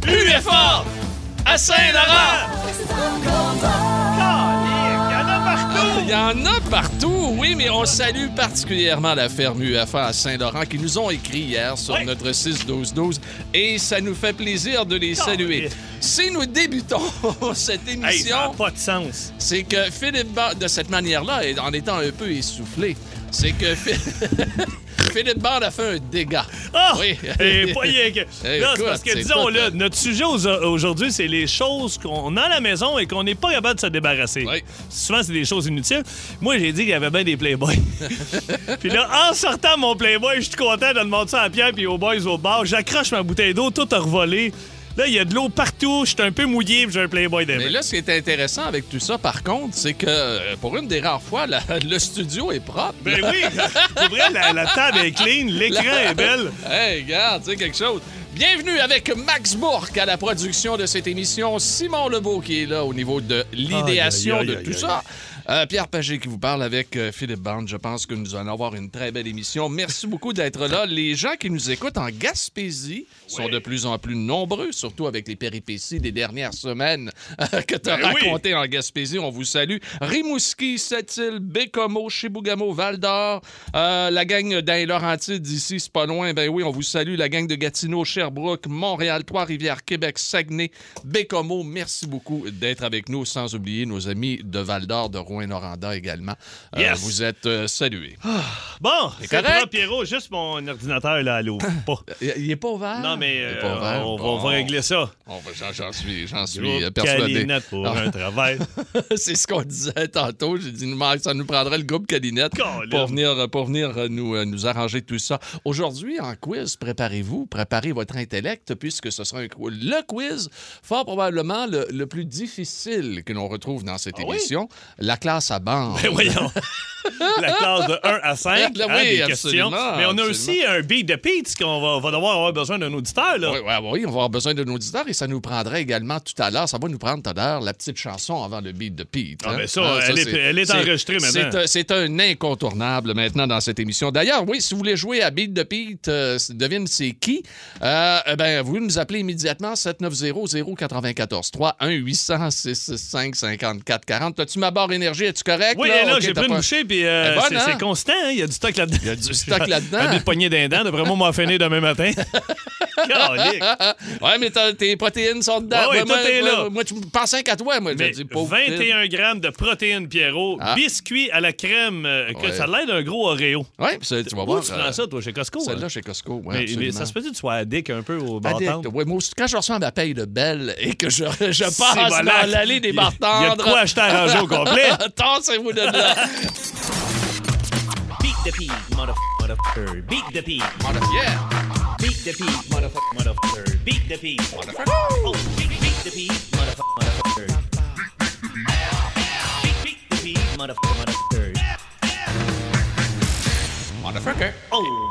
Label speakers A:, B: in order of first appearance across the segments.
A: Plus effort! À Saint-Laurent! Calique, y en a partout!
B: Ah, Il y en a partout, oui, mais on salue particulièrement la ferme UFA à Saint-Laurent qui nous ont écrit hier sur
A: Ouais.
B: notre 6-12-12 et ça nous fait plaisir de les saluer.
A: Caliste.
B: Si nous débutons cette
A: Hey, ça n'a
B: émission,
A: pas de sens.
B: c'est que Philippe Bar, de cette manière-là, et en étant un peu essoufflé, c'est que Phi- Philippe Bard a fait un dégât.
A: Ah!
B: Oui.
A: Et pas rien
B: Eh,
A: que. non, c'est
B: écoute,
A: parce que,
B: c'est
A: disons-le,
B: tout, hein.
A: notre sujet au- aujourd'hui, c'est les choses qu'on a à la maison et qu'on n'est pas capable de se débarrasser.
B: Oui.
A: Souvent, c'est des choses inutiles. Moi, j'ai dit qu'il y avait bien des Playboys. puis là, en sortant mon Playboy, je suis content de demander ça à Pierre puis aux boys au bar. J'accroche ma bouteille d'eau, tout a revolé. Là, il y a de l'eau partout, je suis un peu mouillé, puis j'ai un Playboy
B: Mais
A: d'aimer.
B: là, ce qui est intéressant avec tout ça, par contre, c'est que euh, pour une des rares fois, la- le studio est propre.
A: Ben oui, c'est vrai, la, la table est clean, l'écran est belle.
B: Hey, regarde, c'est quelque chose. Bienvenue avec Max Bourque à la production de cette émission. Simon Lebeau qui est là au niveau de l'idéation
A: Aïe, aïe,
B: de
A: aïe,
B: tout
A: aïe,
B: ça. Euh, Pierre Pagé qui vous parle avec euh, Philippe Bande. Je pense que nous allons avoir une très belle émission. Merci beaucoup d'être là. Les gens qui nous écoutent en Gaspésie sont de plus en plus nombreux, surtout avec les péripéties des dernières semaines euh, que tu as
A: Ben oui.
B: racontées en Gaspésie. On vous salue. Rimouski, Sept-Îles, Bécomo, Chibougamau, Val-d'Or, euh, la gang d'un Laurentides d'ici, c'est pas loin. Ben oui, on vous salue. La gang de Gatineau, Sherbrooke, Montréal, Trois-Rivières, Québec, Saguenay, Bécomo. Merci beaucoup d'être avec nous, sans oublier nos amis de Val-d'Or, de Rouen-Noranda également. Euh,
A: Yes.
B: vous êtes euh, salués.
A: Bon,
B: C'est
A: c'est
B: correct.
A: toi, Pierrot, juste mon ordinateur, là, à l'eau. Pas.
B: Il n'est pas ouvert?
A: Non, mais
B: Il est
A: euh,
B: pas ouvert.
A: on, va- on
B: Bon.
A: va régler ça.
B: On va- j'en- J'en suis, j'en suis euh,
A: Groupe
B: persuadé.
A: Calinette pour
B: Ah.
A: un travail.
B: C'est ce qu'on disait tantôt. J'ai dit, nous, ça nous prendrait le groupe Calinette
A: Colin.
B: pour venir, pour venir euh, nous, euh, nous arranger tout ça. Aujourd'hui, en quiz, préparez-vous, préparez votre intellect, puisque ce sera un quiz- le quiz, fort probablement le, le plus difficile que l'on retrouve dans cette
A: Ah oui?
B: émission, la classe à bande.
A: Ben voyons. La classe de 1 à 5,
B: Ah, ben Oui,
A: hein, des
B: absolument,
A: questions. Mais on a
B: absolument.
A: aussi un beat de Pete qu'on va, va devoir avoir besoin d'un auditeur. Là.
B: Oui, oui, oui, on va avoir besoin d'un auditeur et ça nous prendrait également tout à l'heure, ça va nous prendre tout à l'heure la petite chanson avant le beat de Pete.
A: Ah,
B: hein.
A: ben ça,
B: Ah,
A: elle est-
B: c'est-
A: elle est
B: c'est-
A: enregistrée
B: c'est
A: maintenant.
B: un- C'est un incontournable maintenant dans cette émission. D'ailleurs, oui, si vous voulez jouer à beat de Pete, euh, devine c'est qui, euh, eh ben, vous nous appelez immédiatement 790-094 3 1 800 665 54 40 T'as-tu ma barre énergie? Es-tu correct?
A: Oui, et là,
B: Ok,
A: j'ai
B: t'as
A: pris une
B: pas-
A: bouchée, puis euh,
B: Elle est bonne,
A: c'est
B: hein?
A: c'est constant. hein, Il y a du stock là-dedans. Il y a
B: du stock là-dedans.
A: Une poignée d'indents. D'après moi, on va finir demain matin. Calique.
B: Ah, Ouais, mais t'as- tes protéines sont dedans.
A: Ouais, ouais,
B: moi,
A: Ah tout est
B: moi,
A: là.
B: Moi, tu me pensais qu'à toi, moi. je
A: Mais
B: dis, pauvre Phil.
A: 21 grammes de protéines, Pierrot.
B: Ah.
A: Biscuit à la crème. euh, que
B: Ouais.
A: Ça a l'air d'un gros Oreo.
B: Oui, ça, tu vas
A: Où
B: voir.
A: tu
B: euh,
A: prends ça, toi, chez Costco?
B: Celle-là
A: hein?
B: chez Costco, oui,
A: Mais- mais,
B: absolument.
A: ça se peut-tu que tu sois addict un peu au
B: Addict,
A: bartendre?
B: ouais, moi aussi, quand je reçois ma paye de belle et que je, je
A: C'est
B: passe
A: volac.
B: dans l'allée des
A: Il y a-
B: bartendres...
A: Il y a de quoi acheter à ranger au complet.
B: Tassez-vous de là.
C: Beat the pig, motherfucker, motherfucker. Beat the pig,
B: Yeah.
C: beat the pig, motherfucker, motherfucker. Beat the pig, motherfucker. Oh, beat, beat the pig, motherfucker, motherfucker. Beat, beat the pig, motherfucker, motherfucker.
B: Motherfucker.
C: Oh,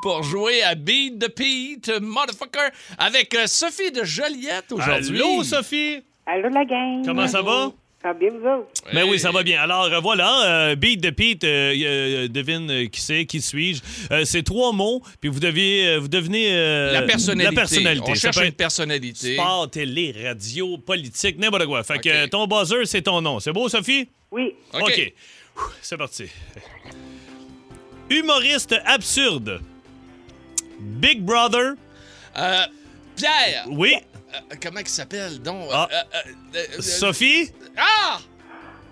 B: Pour jouer à Beat the Pete, motherfucker, avec euh, Sophie de Joliette aujourd'hui.
A: Allô, Sophie?
D: Allô, la gang.
A: Comment ça va?
D: Ça va bien, vous autres?
A: Ben oui, ça va bien. Alors euh, voilà, euh, Beat de Pete, euh, euh, devine euh, qui c'est, qui suis-je. Euh, c'est trois mots, puis vous, deviez, euh, vous devenez euh,
B: La personnalité.
A: La personnalité.
B: On
A: Ça
B: cherche
A: peut
B: une
A: être
B: personnalité.
A: sport, télé, radio, politique, n'importe quoi. Fait que
B: OK.
A: euh, ton buzzer, c'est ton nom. C'est beau, Sophie?
D: Oui.
B: OK.
A: Ouh, C'est parti. Humoriste absurde. Big Brother.
B: Euh, Pierre.
A: Oui.
B: Euh, comment il s'appelle, donc?
A: Ah.
B: Euh, euh, euh, euh,
A: Sophie.
B: Ah!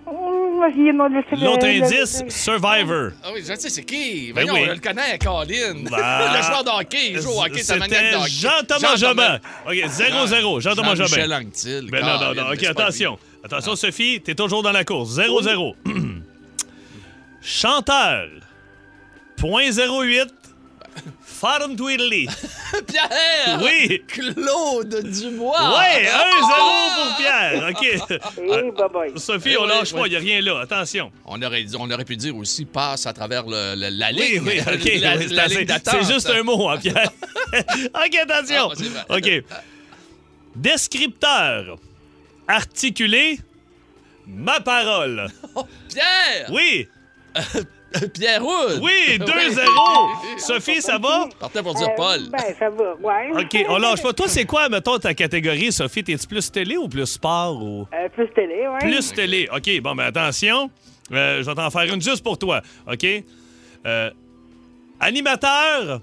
D: Oh, j'ai mon laissé le-
A: L'autre
D: le-
A: indice,
D: le-
A: Survivor.
B: Ah oui, je sais c'est qui.
A: Ben
B: Voyons,
A: oui.
B: je le connais, Colin.
A: Ben,
B: le joueur de hockey, il joue au hockey, Ah, ça
A: C'était
B: maniaque de
A: Jean-Thomas Jobin. OK, 0-0. Jean-Thomas Jobin.
B: Michel Anctil.
A: Ben non, non, non. OK, attention.
B: Ah.
A: Attention, Sophie, t'es toujours dans la course. 0-0. Chanteur. Point 08. Farm Twiddly.
B: Pierre!
A: Oui.
B: Claude Dubois! Ah!
A: Ouais, 1-0 pour Pierre.
D: Eh,
A: OK.
D: bye bye.
A: Sophie,
B: Eh
A: on
B: oui,
A: lâche pas,
B: ouais.
A: il n'y a rien là. Attention.
B: On aurait, dit- on aurait pu dire aussi passe à travers le- le- la
A: Oui,
B: ligne.
A: oui, OK.
B: La,
A: oui, c'est
B: la
A: assez.
B: ligne d'attente.
A: c'est juste un mot, hein, Pierre. OK, attention.
B: Ah, c'est vrai.
A: OK. Descripteur. Articulé. Ma parole.
B: Pierre!
A: Oui.
B: Pierre Hood.
A: Oui, 2-0. Sophie, ça va?
B: Partais pour dire
D: Euh,
B: Paul.
D: Ben, ça va, ouais.
A: OK, on lâche pas. Toi, c'est quoi, mettons, ta catégorie, Sophie? T'es-tu plus télé ou plus sport? Ou...
D: Euh, plus télé, ouais.
A: Plus télé. OK, bon, mais attention. Euh, je vais t'en faire une juste pour toi. OK? Euh, animateur,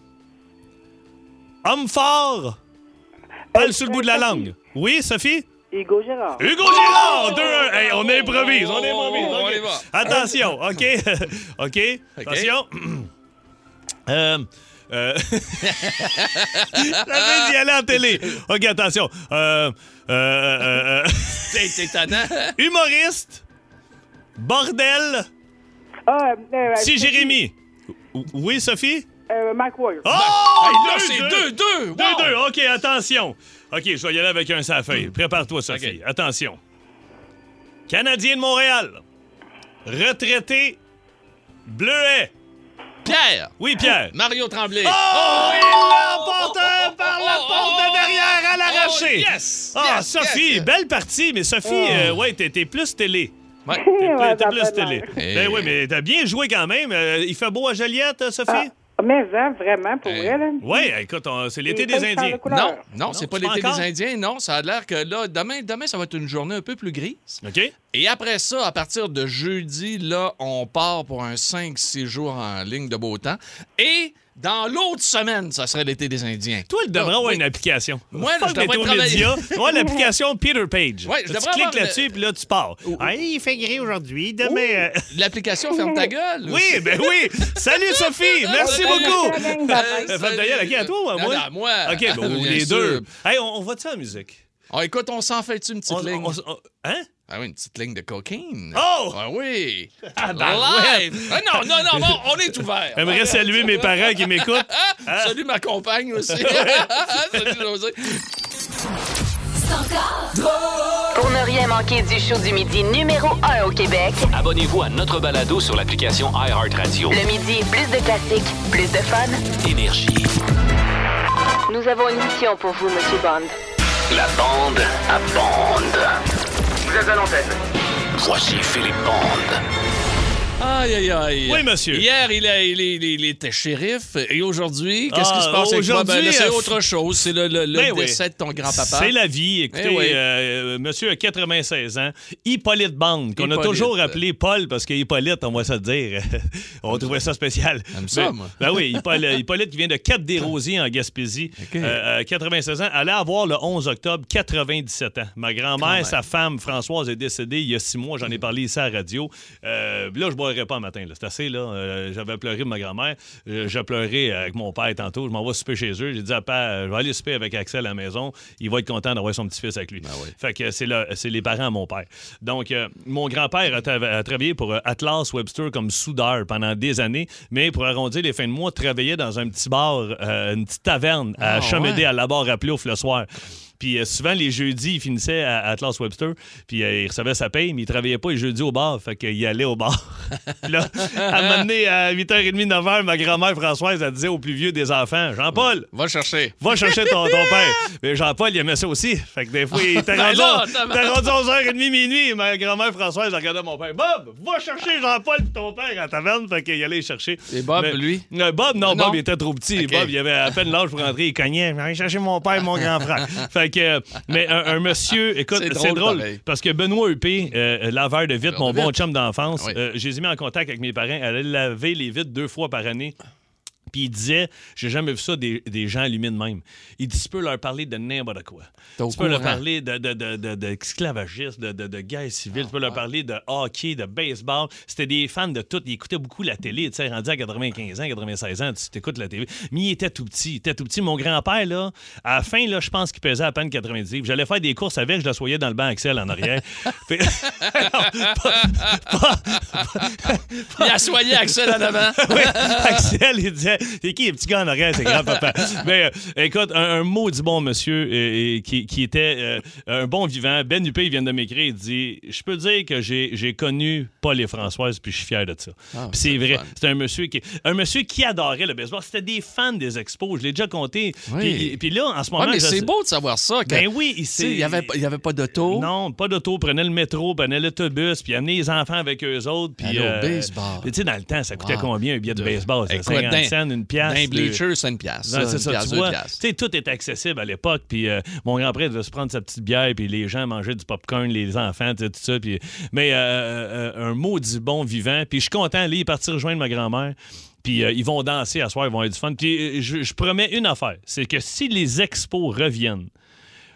A: homme fort,
B: Euh,
A: parle sur le bout de la langue. Oui, Sophie?
D: Hugo Gérard.
A: Hugo Girard, 2-1. Hey, on improvise, on improvise.
B: Oh, On
A: OK.
B: y va.
A: Attention, OK? OK? Attention. euh, euh... J'avais d'y aller en télé. OK, attention. Euh, euh, euh, euh,
B: T'es t'es étonnant.
A: Humoriste, bordel,
D: Ah, euh,
A: si
D: Sophie,
A: Jérémy. O- Oui, Sophie?
D: Euh, Mark Ward.
A: Oh!
B: Hey, là, Ah, c'est 2-2.
A: 2-2.
B: Deux, deux. Wow.
A: 2-2. OK, attention. OK, je vais y aller avec un sa feuille. Prépare-toi, Sophie.
B: OK.
A: Attention. Canadien de Montréal. Retraité. Bleuet.
B: Pierre.
A: Oui, Pierre.
B: Mario Tremblay.
A: Oh, il l'emporte par la
B: Oh, oh,
A: porte de
B: oh,
A: derrière à l'arraché.
B: Oh, yes,
A: Ah,
B: yes,
A: Sophie,
B: yes.
A: belle partie, mais Sophie, euh, ouais, t'es t'es plus télé.
B: Ouais.
A: T'es
D: Oh. Eh, Ouais,
A: t'es
D: ça
A: plus
D: fait
A: télé.
D: mal.
B: Hey.
A: Ben oui, mais t'as bien joué quand même. Euh, Il fait beau à Joliette, euh, Sophie?
D: Ah, mais hein, vraiment, pour
B: Hey.
D: vrai, là.
A: Ouais, écoute, on- c'est l'été
D: Et
A: des
D: pas de
A: Indiens.
D: couleur.
B: Non, non, c'est
A: Non,
B: pas
A: c'est pas
B: l'été
A: encore.
B: des Indiens, non. Ça a l'air que là, demain, demain, ça va être une journée un peu plus grise.
A: OK?
B: Et après ça, à partir de jeudi, là, on part pour un 5-6 jours en ligne de beau temps. Et dans l'autre semaine, ça serait l'été des Indiens.
A: Toi, il devrait
B: Ah,
A: avoir
B: oui.
A: une application.
B: Ouais,
A: Fuck
B: je devrais
A: les taux
B: travailler.
A: médias. Ouais, l'application Peter Page.
B: Ouais, je
A: tu
B: devrais
A: cliques
B: avoir
A: là-dessus,
B: le-
A: puis là, tu pars. Ah, il fait gris aujourd'hui, demain. euh,
B: L'application ferme ta gueule.
A: Oui, ben oui. Salut, Sophie. Merci
B: Salut.
A: beaucoup.
D: Salut.
A: Euh, Fab Dayan, à qui? À toi ou à
B: Non,
A: moi?
B: non, à moi.
A: OK, ben, ou
B: Bien
A: les
B: sûr.
A: deux. Hey, on, on va-tu à la musique?
B: Ah, écoute, on s'en fait-tu une petite
A: On-
B: ligne?
A: on- on- hein?
B: Ah oui, une petite ligne de cocaïne.
A: Oh!
B: Ah oui!
A: ben, Euh,
B: Live! Ah non, non, non, bon, on est ouvert.
A: J'aimerais saluer mes parents qui m'écoutent.
B: Ah,
A: hein?
B: Salut ma compagne aussi. Salut José.
E: Pour ne rien manquer du show du midi numéro 1 au Québec,
F: Abonnez-vous à notre balado sur l'application iHeartRadio.
E: le midi, plus de classiques, plus de fun.
F: Énergie.
E: Nous avons une mission pour vous, Monsieur Bond.
F: La bande à bande. Vous êtes à l'antenne. Voici Philippe Bande.
B: Aïe, aïe, aïe.
A: Oui, monsieur.
B: Hier, il, a- il, il- il était shérif. Et aujourd'hui, qu'est-ce qui
A: Ah,
B: se passe avec toi? Ben,
A: aujourd'hui,
B: là, c'est
A: euh,
B: autre chose. C'est le, le- le
A: Ben oui.
B: décès de ton grand-papa.
A: C'est la vie. Écoutez,
B: Eh oui.
A: euh, monsieur a 96 ans. Hippolyte Bande, qu'on a
B: Hippolyte.
A: toujours appelé Paul parce que Hippolyte, on va se le dire, on trouvait ça spécial.
B: J'aime ça,
A: Ben-
B: moi.
A: Ben oui, Hippolyte, Hippolyte qui vient de Cap-des-Rosiers en Gaspésie.
B: OK.
A: Euh, euh, 96 ans. Allait avoir le 11 octobre 97 ans. Ma grand-mère, sa femme Françoise est décédée il y a six mois. J'en ai parlé ici à la radio. Euh, là, je boirais pas un matin. là. C'est assez, là. Euh, J'avais pleuré de ma grand-mère. Euh, J'ai pleuré avec mon père tantôt. Je m'en vais souper chez eux. J'ai dit à père, euh, je vais aller souper avec Axel à la maison. Il va être content d'avoir son petit-fils avec lui. Fait que c'est le- c'est les parents à mon père. Donc, euh, mon grand-père a, tra- a travaillé pour euh, Atlas Webster comme soudeur pendant des années, mais pour arrondir les fins de mois, travaillait dans un petit bar, euh, une petite taverne à
B: Ah,
A: Chamédé,
B: ouais.
A: à la barre à Plouf le soir. Puis euh, souvent, les jeudis, il finissait à Atlas Webster, puis euh, il recevait sa paye, mais il travaillait pas les jeudis au bar, fait qu'il allait au bar. Puis là, à m'amener à 8h30, 9h, ma grand-mère Françoise, elle disait au plus vieux des enfants, Jean-Paul,
B: Va le chercher.
A: Va chercher ton, ton père. Mais Jean-Paul, il aimait ça aussi. Fait que des fois, il était
B: Ben
A: rendu,
B: là,
A: t'es rendu 11h30, minuit. Ma grand-mère Françoise regardait mon père. Bob, va chercher Jean-Paul pis ton père à taverne. Fait qu'il allait le chercher.
B: Et Bob, lui?
A: Euh, Bob, non,
B: Non.
A: Bob, il était trop petit.
B: Ok.
A: Bob, il avait à peine l'âge pour rentrer. Il cognait. Je vais aller chercher mon père et mon grand frère. Fait que, euh, mais un, un monsieur, écoute,
B: C'est
A: c'est
B: drôle,
A: drôle.
B: pareil.
A: parce que Benoît Huppé, euh, laveur de vitres,
B: Laveur
A: mon
B: de
A: bon
B: vitres.
A: chum d'enfance,
B: Oui.
A: euh, je les ai mis en contact avec mes parents. Elle allait laver les vitres deux fois par année. Puis il disait, j'ai jamais vu ça des, des gens allumés de même. Il dit, tu peux leur parler de n'importe quoi.
B: T'es au
A: Tu peux leur
B: courant.
A: parler de, de, de, de- d'esclavagisme, de, de, de guerre civile, tu peux
B: Ah,
A: leur parler de hockey, de baseball. C'était des fans de tout. Ils écoutaient beaucoup la télé, tu sais, rendu à 95 ans, 96 ans, tu t'écoutes la télé. Mais il était tout petit, il était tout petit. Mon grand-père, là, à la fin, là, je pense qu'il pesait à peine 90 livres. J'allais faire des courses avec, je le soyais dans le banc Axel en arrière. Fait- Non, pas- pas-
B: Il a soigné Axel en avant.
A: oui, Axel, il disait arrière. C'est qui, le petit gars en arrière? C'est grand-papa. Mais euh, écoute, un, un maudit bon monsieur euh, et qui, qui était euh, un bon vivant. Ben Dupé, il vient de m'écrire. Il dit Je peux dire que j'ai j'ai connu Paul et Françoise, puis je suis fier de ça.
B: Ah,
A: Puis
B: c'est
A: c'est
B: le
A: vrai.
B: fun.
A: C'était un monsieur qui un monsieur qui adorait le baseball. C'était des fans des expos. Je l'ai déjà compté.
B: Oui.
A: Puis, puis là, en ce moment.
B: Ouais, mais
A: je
B: c'est
A: sais-
B: beau de savoir ça. que-
A: Ben oui, il
B: Tu sais, Il n'y avait, pas- il y avait pas d'auto.
A: non, pas d'auto, prenait le métro, prenait l'autobus, puis amenait les enfants avec eux autres. Puis, euh,
B: Allez au baseball.
A: Tu sais, dans le temps, ça coûtait
B: Wow.
A: combien un billet de baseball? C'était
B: Écoute,
A: 50
B: d'un-
A: cents, une pièce.
B: d'un
A: deux-
B: bleacher, c'est une pièce.
A: Non,
B: ça,
A: c'est
B: une
A: ça,
B: pièce,
A: tu
B: deux
A: vois. Tu
B: pièces.
A: sais, tout est accessible à l'époque. Puis euh, mon grand-père devait se prendre sa petite bière, puis les gens mangeaient du popcorn, les enfants, tu sais, tout ça. Puis, mais euh, euh, un maudit bon vivant. Puis je suis content, là, il est parti rejoindre ma grand-mère. Puis euh, ils vont danser à soir, ils vont avoir du fun. Puis euh, je, je promets une affaire, c'est que si les expos reviennent,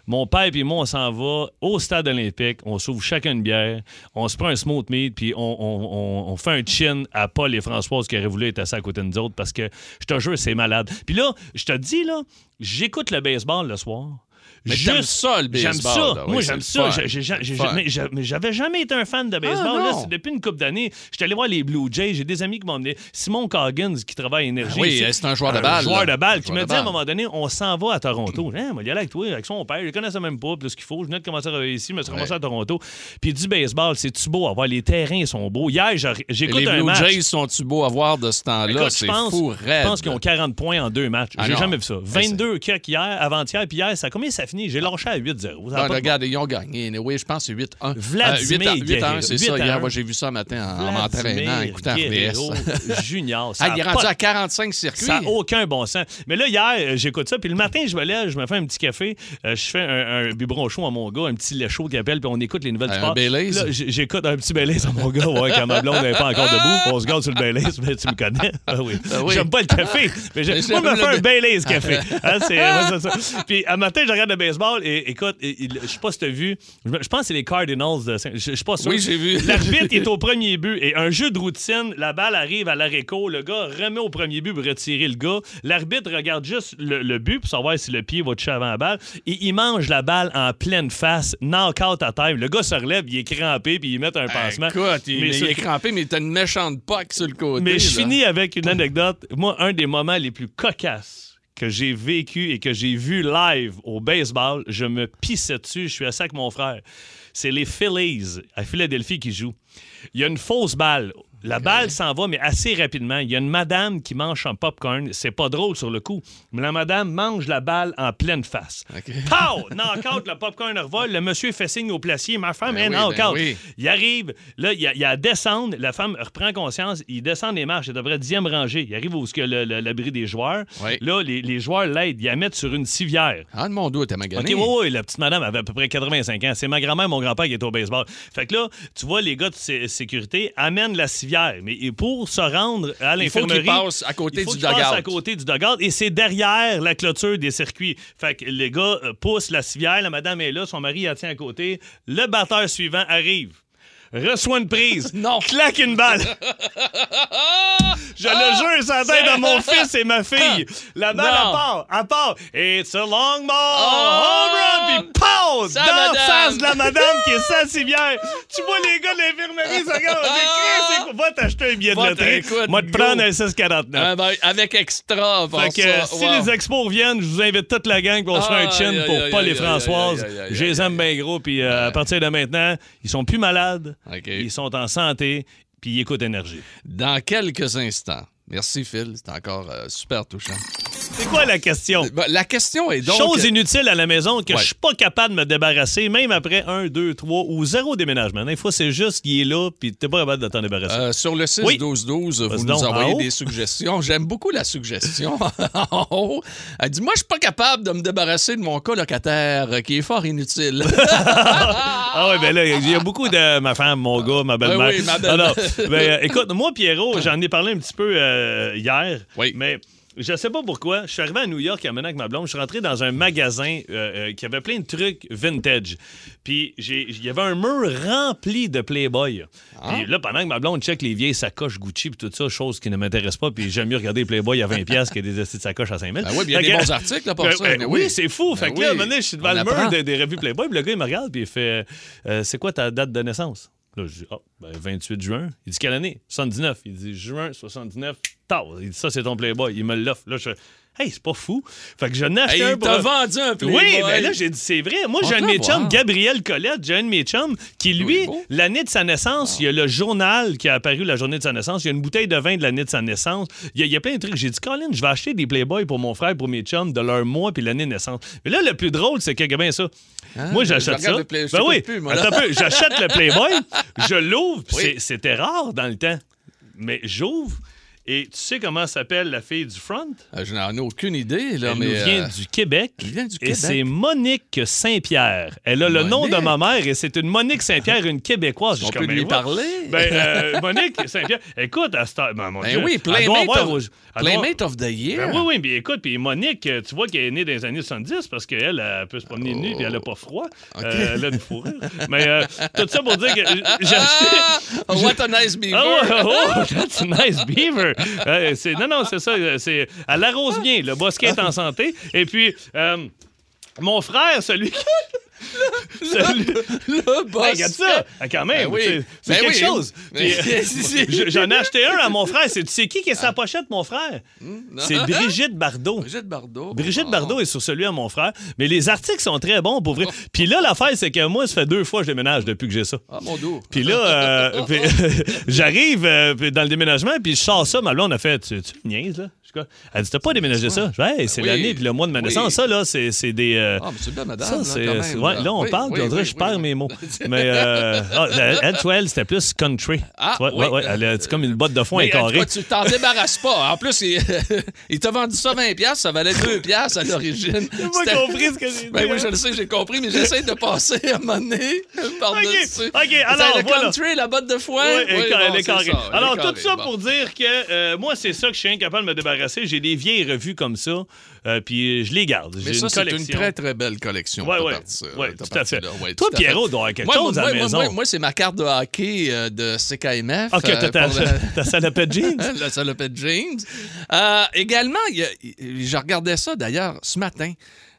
A: mon père et moi, on s'en va au stade olympique, on s'ouvre chacun une bière, on se prend un smooth meat, puis on, on- on- on fait un chin à Paul et Françoise qui auraient voulu être assis à côté de nous autres parce que je te jure, c'est malade. Puis là, je te dis, là, j'écoute le baseball le soir.
B: Mais t'aimes ça, le
A: J'aime
B: baseball,
A: ça.
B: là, oui,
A: Moi,
B: c'est
A: j'aime
B: le
A: ça.
B: fun.
A: J'ai- j'ai- j'ai-
B: C'est le fun.
A: mais j'a- mais j'avais jamais été un fan de baseball.
B: Ah,
A: là,
B: non.
A: c'est depuis une couple d'années. Je suis allé voir les Blue Jays. J'ai des amis qui m'ont emmené. Simon Coggins, qui travaille à Énergie.
B: Ah oui, c'est un joueur de balle,
A: joueur
B: là.
A: de balle,
B: Un
A: qui
B: joueur
A: me
B: de
A: dit à un
B: balle.
A: moment donné, on s'en va à Toronto. Hein, moi, il y allait avec toi, avec son père. Je le connaissais même pas. Plus ce qu'il faut. Je venais de commencer à travailler ici. Je me suis ramassé à Toronto. Puis du baseball, c'est-tu beau à voir? Les terrains sont beaux. Hier, je- j'écoute
B: les
A: un
B: Blue
A: match.
B: Jays sont-tu beaux à voir de ce temps-là?
A: Écoute, je
B: C'est
A: pense,
B: fou,
A: je
B: raide.
A: pense qu'ils ont 40 points en deux matchs.
B: Ah
A: J'ai
B: non.
A: jamais vu ça.
B: c'est-
A: 22 kicks hier, avant-hier, puis hier, ça, combien ça finit? J'ai lâché à 8-0. Ça
B: Non,
A: a pas de
B: Ah, regarde, ils ont gagné. Oui, je pense que c'est Ah, 8-1.
A: Vladimir
B: 8 à, 8 à 1, c'est
A: Guerrero.
B: ça.
A: 8 à
B: Hier,
A: 1.
B: moi, j'ai vu ça un matin en, en
A: Vladimir
B: m'entraînant, en écoutant
A: Guerrero
B: RDS.
A: Junior. Ça
B: Ah, il est
A: a pas
B: rendu
A: de
B: à 45 circuits.
A: ça n'a aucun bon sens. Mais là, hier, euh, j'écoute ça. Puis le matin, je me lève, je me fais un petit café. euh, je fais un, un biberon chaud à mon gars, un petit lait chaud qui appelle, puis on écoute les nouvelles du
B: Un
A: sport.
B: Baileys?
A: Là, j- j'écoute un petit Baileys à mon gars, ouais, quand ma blonde n'est pas encore debout. On se garde sur le Baileys, mais tu me connais. Ah oui.
B: Ah oui.
A: J'aime pas le café, mais je,
B: Mais j'aime
A: moi, je me
B: le
A: fais un
B: ba-
A: Baileys café. Hein, c'est- ouais, c'est ça. Puis un matin, je regarde le baseball et écoute, et- il- je sais pas si tu as vu, je je pense que c'est les Cardinals de Saint- Je je suis pas sûr.
B: Oui, j'ai vu.
A: L'arbitre est au premier but et un jeu de routine, la balle arrive à l'aréco, le gars remet au premier but pour retirer le gars. L'arbitre regarde juste le, le but pour savoir si le pied va toucher avant la balle et il mange la balle en pleine face, knock-out à terre. Le gars se relève, il est crampé puis il met un pansement.
B: Ben, Écoute, il,
A: Mais
B: il
A: ça-
B: est crampé, mais t'as une méchante poque sur le côté.
A: mais je
B: là.
A: finis avec une anecdote. Moi, un des moments les plus cocasses que j'ai vécu et que j'ai vu live au baseball, je me pissais dessus, je suis assis avec mon frère. C'est les Phillies à Philadelphie qui jouent. Il y a une fausse balle. La balle s'en va, mais assez rapidement. Il y a une madame qui mange un popcorn. C'est pas drôle sur le coup, mais la madame mange la balle en pleine face.
B: OK.
A: Pow! Knock-out, le popcorn revole. Le monsieur fait signe au placier. Ma femme,
B: Ben
A: elle,
B: oui,
A: knock-out.
B: ben oui.
A: Il arrive, là, il y a, il y a à descendre. La femme reprend conscience. Il descend les marches. C'est à peu près dixième rangée. Il arrive où ce que le- le- l'abri des joueurs.
B: Oui.
A: Là, les, les joueurs l'aident. Ils la mettent sur une civière.
B: Ah, de mon dos, t'es
A: OK,
B: magané.
A: oui, oui, la petite madame avait à peu près 85 ans. C'est ma grand-mère, mon grand-père qui est au baseball. Fait que là, tu vois, les gars de sé- sécurité amènent la civière. Mais et pour se rendre à
B: Il faut
A: l'infirmerie.
B: qu'il passe à côté
A: il faut
B: du
A: qu'il passe
B: dugout.
A: à côté du dugout. Et c'est derrière la clôture des circuits. Fait que les gars euh, poussent la civière, la madame est là, son mari la tient à côté. Le batteur suivant arrive. Reçoit une prise.
B: Non.
A: Claque une balle. Je le jure, ça tête de mon fils et ma fille. La balle,
B: Non.
A: à part, à part. It's a long ball.
B: Oh!
A: home run. Puis, pow!
B: Ça,
A: Dans la
B: madame.
A: face de la madame qui est sans civière. Tu vois les gars de l'infirmerie, ça regarde. on dit, Chris, c'est quoi? Va t'acheter un billet de
B: Ah! Va
A: loterie.
B: t'écoute,
A: Moi, te
B: go.
A: prendre un 649.
B: Ah, ben, avec extra, pour
A: Fait que euh,
B: ça.
A: si
B: wow.
A: les expos reviennent, je vous invite toute la gang pour se faire un
B: Ah,
A: chin
B: aïe, aïe,
A: pour
B: aïe,
A: Paul
B: aïe,
A: et
B: aïe,
A: Françoise.
B: aïe, aïe, aïe,
A: Je les aime bien gros, puis euh, à partir de maintenant, ils sont plus malades,
B: OK.
A: ils sont en santé, puis ils écoutent énergie.
B: Dans quelques instants. Merci, Phil. C'est encore euh, super touchant.
A: C'est quoi la question?
B: Ben, la question est donc. euh,
A: Chose inutile à la maison que
B: Ouais.
A: je suis pas capable de me débarrasser, même après un, deux, trois ou zéro déménagement. Des fois, c'est juste qu'il est là, puis t'es pas capable de t'en débarrasser.
B: Euh, sur le 6
A: Oui.
B: 12 12 vous
A: Vas-y
B: nous
A: donc,
B: envoyez
A: en haut.
B: des suggestions. J'aime beaucoup la suggestion. En haut, Elle dit moi je suis pas capable de me débarrasser de mon colocataire euh, qui est fort inutile.
A: Ah ouais, ben là, il y a beaucoup de ma femme, mon gars, ma belle-mère.
B: Ben oui, ma belle-mère.
A: Ah non, ben, euh, écoute, moi, Pierrot, j'en ai parlé un petit peu euh, hier.
B: Oui.
A: Mais je sais pas pourquoi. Je suis arrivé à New York en menant avec ma blonde. Je suis rentré dans un magasin euh, euh, qui avait plein de trucs vintage. Puis j'ai- il y avait un mur rempli de Playboy.
B: Ah.
A: Puis là, pendant que ma blonde check les vieilles sacoches Gucci puis tout ça, chose qui ne m'intéresse pas, puis j'aime mieux regarder les Playboy à 20$ piastres que des essais de sacoches à 5000$.
B: Ben oui, puis il y a
A: Fait
B: des
A: que-
B: bons articles, là, pour
A: Ben,
B: ça,
A: ben
B: mais
A: oui,
B: oui.
A: c'est fou.
B: Ben
A: fait que là, à un
B: oui.
A: moment donné, je suis
B: On
A: devant le mur
B: apprend.
A: des, des revues Playboy, puis le gars, il me regarde, puis il fait euh, C'est quoi ta date de naissance Là, je dis, ah, ben, 28 juin. Il dit, quelle année? 79. Il dit, juin 79. Tard. Il dit, ça, c'est ton Playboy. Il me l'offre. Là, je fais, hey, c'est pas fou. Fait que je n'ai acheté
B: Hey,
A: un
B: il t'a
A: pour-
B: vendu un Playboy.
A: oui, mais là, j'ai dit, c'est vrai. Moi,
B: On
A: j'ai un de mes
B: peut voir.
A: chums, Gabriel Colette, j'ai un de mes chums, qui,
B: Oui,
A: lui,
B: beau.
A: l'année de sa naissance, il y a le journal qui a apparu la journée de sa naissance, il y a une bouteille de vin de l'année de sa naissance, il y a, il y a plein de trucs. J'ai dit, Colin, je vais acheter des Playboy pour mon frère, pour mes chums, de leur mois puis l'année de naissance. Mais là, le plus drôle, c'est que, ben ça, moi,
B: Ah, je
A: j'achète ça.
B: regarde le Play- je
A: ben
B: t'écoute
A: oui,
B: plus, moi, là.
A: attends un peu, j'achète le Playboy, je l'ouvre, puis
B: Oui.
A: c'est- c'était rare dans le temps, mais j'ouvre, et tu sais comment s'appelle la fille du front?
B: Euh, Je n'en ai aucune idée, là,
A: Elle
B: mais.
A: nous vient
B: euh,
A: du Québec.
B: elle vient du
A: Et
B: Québec.
A: c'est Monique Saint-Pierre. Elle a le nom de
B: Monique.
A: ma mère et c'est une Monique Saint-Pierre, une Québécoise. Je
B: On
A: suis
B: peut
A: comme,
B: lui
A: ben, ouais.
B: parler.
A: Ben, euh, Monique Saint-Pierre, écoute, à cette heure- ben, mon
B: Ben
A: Dieu,
B: oui,
A: elle doit
B: Playmate
A: avoir-
B: of,
A: elle doit-
B: Playmate of the Year.
A: Ben oui, oui, mais écoute, puis Monique, euh, tu vois qu'elle est née dans les années 70 parce qu'elle elle, elle peut se promener nue
B: Oh.
A: puis elle n'a pas froid. Euh, elle a une fourrure. Mais euh, tout ça pour dire que j'ai acheté.
B: Ah! What a nice beaver!
A: Ah ouais, oh, that's a nice beaver. Euh, c'est- non, non, c'est ça. euh, C'est à l'arrose bien. Le bosquet est en santé. Et puis, euh, mon frère, celui qui. celui-
B: Le boss!
A: Hey, regarde ça! Ah, quand même,
B: Ben oui.
A: c'est- c'est
B: Ben
A: quelque
B: oui.
A: chose. Puis,
B: Mais-
A: euh, je- J'en ai acheté un à mon frère. C'est- Tu sais qui qui est sa pochette, mon frère? C'est Brigitte Bardot.
B: Ah. Hmm, Brigitte Bardot. Ah,
A: Brigitte Bardot est sur celui à mon frère, mais les articles sont très bons pour
B: Oh.
A: vrai. Puis là, l'affaire, c'est que moi, ça fait deux fois que je déménage depuis que j'ai ça.
B: Ah, mon dos.
A: Puis là, euh, puis, j'arrive euh, puis dans le déménagement, puis je sors ça. Ma blonde a fait Tu, tu me niaises, là Je suis comme, Elle dit T'as pas déménagé ça Je fais, Hey, c'est
B: Ah Oui.
A: l'année, puis le mois de ma
B: Oui.
A: naissance. Ça, là, c'est c'est des. euh,
B: Ah, mais c'est bien, madame.
A: ça,
B: là,
A: c'est.
B: quand même,
A: c'est- ouais, là, on
B: Oui,
A: parle, puis
B: oui,
A: on dirait que
B: oui,
A: je
B: oui,
A: perds
B: oui.
A: mes mots. Mais, euh, ah, la L12, c'était plus country.
B: Ah,
A: Tu vois, ouais,
B: oui.
A: ouais, elle a- c'est comme une botte de foin
B: Mais, en tout
A: carrée.
B: cas, tu t'en débarrasses pas. En plus, il, il t'a vendu ça 20$, piastres, ça valait 2$ piastres à l'origine.
A: T'as pas
B: C'était-
A: compris ce que j'ai dit,
B: Ben oui,
A: hein?
B: je le sais, j'ai compris, mais j'essaie de passer à un moment donné par-dessus.
A: Ok, ok, alors,
B: le
A: voilà.
B: country, la botte de foin.
A: Ouais,
B: Oui,
A: elle est carrée,
B: bon,
A: elle est
B: c'est
A: carrée.
B: ça, elle est
A: Alors, tout
B: carrée,
A: ça
B: bon.
A: pour dire que euh, moi, c'est ça que je suis incapable de me débarrasser. J'ai des vieilles revues comme ça, euh, puis je les garde.
B: Mais
A: J'ai
B: ça,
A: une
B: c'est une
A: collection.
B: très, très belle collection.
A: Ouais,
B: ta
A: ouais.
B: partie, euh,
A: Ouais,
B: ta
A: tout à fait.
B: partie-là. Ouais,
A: Toi,
B: tout à fait.
A: Pierrot, doit avoir quelque
B: Moi,
A: chose
B: moi,
A: à la
B: moi,
A: maison.
B: Moi, moi, c'est ma carte de hockey euh, de CKMF.
A: Ok,
B: euh,
A: Ah, t'as ta,
B: pour la-
A: ta salopette jeans.
B: la salopette James. Euh, également, il y a- il- je regardais ça d'ailleurs ce matin.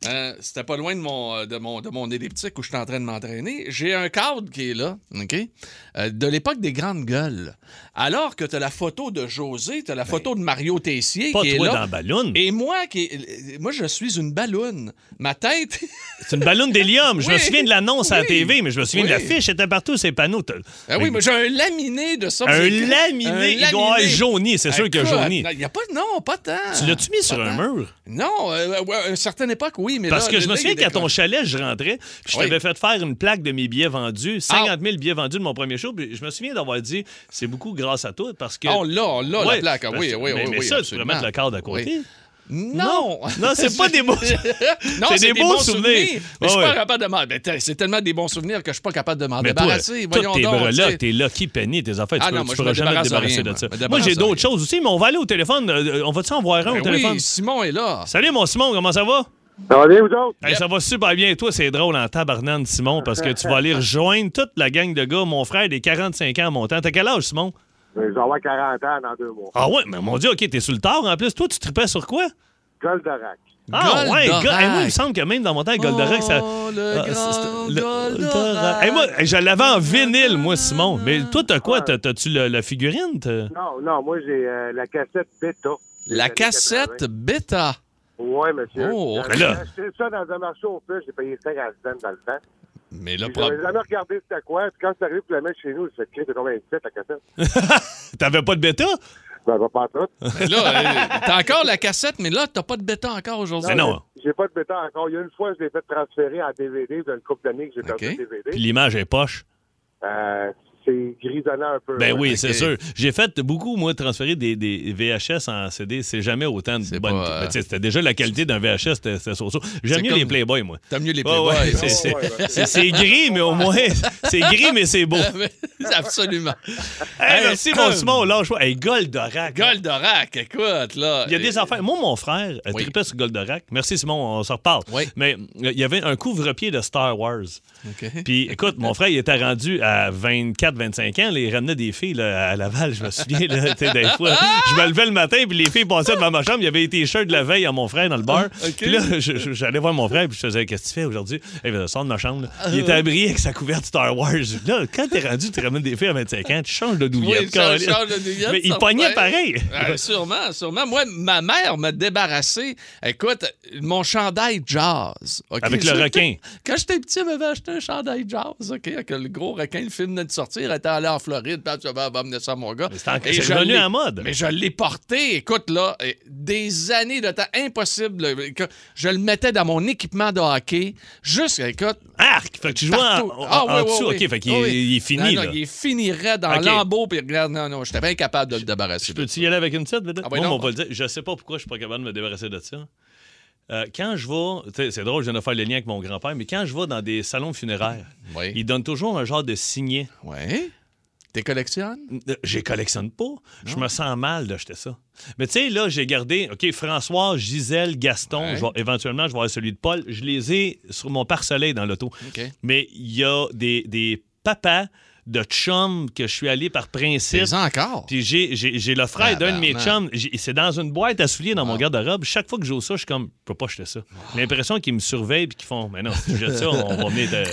B: Euh, C'était pas loin de mon, euh, de, mon, de mon elliptique où je suis en train de m'entraîner. J'ai un cadre qui est là, OK? Euh, de l'époque des grandes gueules. Alors que tu as la photo de José, tu as la photo de Mario Tessier
A: Ben, Pas
B: qui est
A: toi
B: là.
A: dans la balloune.
B: Et moi, qui, moi, je suis une balloune. Ma tête.
A: C'est une balloune d'hélium. Je me
B: Oui.
A: souviens de l'annonce à la
B: Oui.
A: TV, mais je me souviens
B: Oui.
A: de l'affiche. C'était partout, ces panneaux. T'as-
B: Ah oui, mais j'ai un laminé de ça.
A: Un
B: J'ai-
A: laminé,
B: un
A: il doit avoir
B: laminé.
A: jauni. C'est sûr qu'il a
B: Écoute,
A: jauni.
B: non, Il y a pas, non, pas tant.
A: Tu l'as-tu mis sur un mur?
B: Non, euh, ouais, à une certaine époque, oui, mais
A: Parce
B: là,
A: que
B: le
A: je me
B: nez,
A: souviens
B: il
A: qu'à ton
B: décroche.
A: chalet, je rentrais, puis je
B: Oui. Ah.
A: t'avais fait faire une plaque de mes billets vendus, 50 000 billets vendus de mon premier show, puis je me souviens d'avoir dit, c'est beaucoup grâce à toi, parce que...
B: Ah, on l'a, on l'a, la
A: Ouais,
B: plaque. ah
A: parce-
B: oui, oui,
A: mais,
B: oui.
A: mais
B: oui,
A: ça, tu
B: absolument.
A: pourrais mettre le cadre à côté.
B: Oui. Non!
A: Non, c'est pas des beaux-
B: non,
A: c'est
B: c'est
A: des
B: des,
A: beaux
B: bons
A: souvenirs.
B: souvenirs. Mais je suis
A: Ouais, ouais.
B: pas capable de m'en. ben, t'as- c'est tellement des bons souvenirs que je suis pas capable de m'en
A: Mais toi,
B: Ah, débarrasser.
A: toutes
B: Voyons
A: tes
B: donc. tu
A: breloques,
B: sais.
A: tes Lucky Penny, tes affaires,
B: Ah
A: tu, peux,
B: non, moi,
A: tu
B: je me
A: pourras jamais te
B: débarrasse
A: débarrasser
B: de
A: de
B: rien,
A: ça.
B: moi. Je me
A: Moi, j'ai
B: débarrasse de
A: d'autres
B: rien.
A: choses aussi, mais on va aller au téléphone. euh, euh, On va-tu en voir un au
B: Ben
A: téléphone?
B: oui, Simon est là.
A: Salut, mon Simon, comment ça va?
G: Ça va bien, vous autres?
A: Hey, ça va super bien. Toi, c'est drôle en tabarnane, Simon, parce que tu vas aller rejoindre toute la gang de gars. Mon frère, des 45 ans à mon temps. T'as quel âge, Simon?
G: Ben, Je vais avoir 40 ans dans deux mois.
A: Ah ouais, mais mon Dieu, OK, t'es sur le tard. En plus, toi, tu tripais sur quoi?
G: Goldorak.
A: Ah ouais,
B: Goldorak.
A: gars, hey, moi, il me semble que même dans mon temps, Goldorak, ça...
B: Oh, le
A: Ah, c'est-
B: grand
A: c'est-
B: Goldorak.
A: Hey, moi, je l'avais en vinyle, moi, Simon. Mais toi, t'as quoi? T'as- T'as-tu le- la figurine? t'as-
G: Non, non, moi, j'ai euh, la cassette Beta.
B: La cassette Beta.
G: Oui, monsieur.
B: Oh,
G: J'avais
A: mais ben là-
G: acheté ça dans un marché aux puces. J'ai payé 50 cents dans le temps.
B: Mais le
G: Puis J'avais
B: problème.
G: jamais regardé c'était quoi. Puis quand c'est arrivé pour la mettre chez nous, je fais crier de combien de la cassette?
A: T'avais pas de bêta?
G: Ben, va pas en tout.
B: Mais là, euh, t'as encore la cassette, mais là, t'as pas de bêta encore
A: Mais
B: aujourd'hui.
A: Ben non,
G: J'ai pas de Beta encore. Il y a une fois, je l'ai fait transférer en DVD d'une couple d'années que j'ai perdu
B: OK.
G: le
A: puis
G: DVD.
A: l'image est poche.
G: Euh, c'est grisonnant un peu.
A: Ben
G: ouais.
A: oui, c'est
B: ok.
A: sûr. J'ai fait beaucoup, moi, transférer des, des VHS en CD. C'est jamais autant de
B: C'est
A: bonnes.
B: pas, euh,
A: Mais tu sais, C'était déjà la qualité d'un VHS, c'était c'était so-so. J'aime
B: C'est
A: mieux
B: comme-
A: les Playboy, moi.
B: T'as mieux les
A: Ouais,
B: Playboys.
A: ouais, c'est-
G: ouais,
A: c'est-
G: ouais.
A: c'est- C'est gris, mais au moins, c'est gris, mais c'est beau.
B: hein? Absolument.
A: Hey,
B: Hey,
A: merci, mon
B: euh,
A: Simon. Lâche-moi. Hey, Goldorak.
B: Goldorak, écoute, là.
A: Il y a des
B: Euh,
A: affaires. Moi, mon frère euh,
B: Oui.
A: tripait sur Goldorak. Merci, Simon, on s'en reparle.
B: Oui.
A: Mais euh, il y avait un couvre-pied de Star Wars.
B: OK.
A: Puis, écoute, mon frère, il était rendu à 24, 24-25 ans, là, ils ramenaient des filles là, à Laval, je me souviens, là, tu sais, des fois. Je me levais le matin, puis les filles passaient devant ma chambre. Il y avait les t-shirts de la veille à mon frère dans le bar.
B: Ah,
A: Puis là, je- je- j'allais voir mon frère, puis je faisais Qu'est-ce que tu fais aujourd'hui Il faisait sort de ma chambre. là.
B: Ah,
A: Il était abri avec sa couverte Star Wars. Là, quand t'es rendu, tu ramènes des filles à 25 ans, tu changes de
B: Oui,
A: douillette.
B: ça
A: câlisse.
B: change de douillette,
A: Mais il
B: ça Ah,
A: pognait
B: revient.
A: pareil.
B: Ouais, sûrement, sûrement. Moi, ma mère m'a débarrassé. Écoute, mon chandail jazz. ok?
A: Avec le
B: Je-
A: requin.
B: Quand j'étais petit, elle m'avait acheté un chandail jazz. OK? Avec le gros requin, le film venait de sortir. Elle était allée en Floride. Puis elle Ah, va amener ça à mon gars.
A: Mais c'est en-
B: Et
A: c'est
B: je
A: revenu
B: l'ai-
A: en mode.
B: Mais je l'ai porté. Écoute, là, euh, des années de temps impossible. que Je le mettais dans mon équipement de hockey. Juste, écoute,
A: Arc Fait que tu jouais en,
B: Partout.
A: en-
B: Ah,
A: en
B: oui, oui,
A: dessous.
B: oui.
A: OK, fait qu'il
B: Oui,
A: est-
B: oui.
A: il est fini.
B: Non, non,
A: là.
B: il finirait dans
A: OK.
B: l'embout, puis regarde, non, non, j'étais bien incapable de le débarrasser. de
A: Peux-tu y aller avec une petite vedette?
B: Ah, ben
A: Moi,
B: non.
A: on va le dire. Je sais pas pourquoi je suis pas capable de me débarrasser de ça. Euh, quand je vais, tu sais, c'est drôle, je viens de faire le lien avec mon grand-père, mais quand je vais dans des salons funéraires,
B: ça. Oui.
A: ils donnent toujours un genre de signet.
B: Ouais. T'es collectionnes?
A: Euh, Je les collectionne pas. Je me sens mal d'acheter ça. Mais tu sais, là, j'ai gardé, OK, François, Gisèle, Gaston,
B: Ouais.
A: je vais- éventuellement, je vais avoir celui de Paul. Je les ai sur mon pare-soleil dans l'auto.
B: OK.
A: Mais il y a des, des papas de chums que je suis allé par principe.
B: T'es encore?
A: Puis j'ai, j'ai, j'ai le frère d'un de mes
B: Tabarnak. Ah.
A: chums. J'ai- C'est dans une boîte à souliers dans mon
B: Wow.
A: garde-robe. Chaque fois que j'ouvre ça, je suis comme, je peux pas acheter ça.
B: Ah.
A: L'impression qu'ils me surveillent puis qu'ils font, mais non, si tu jettes ça, on va venir te.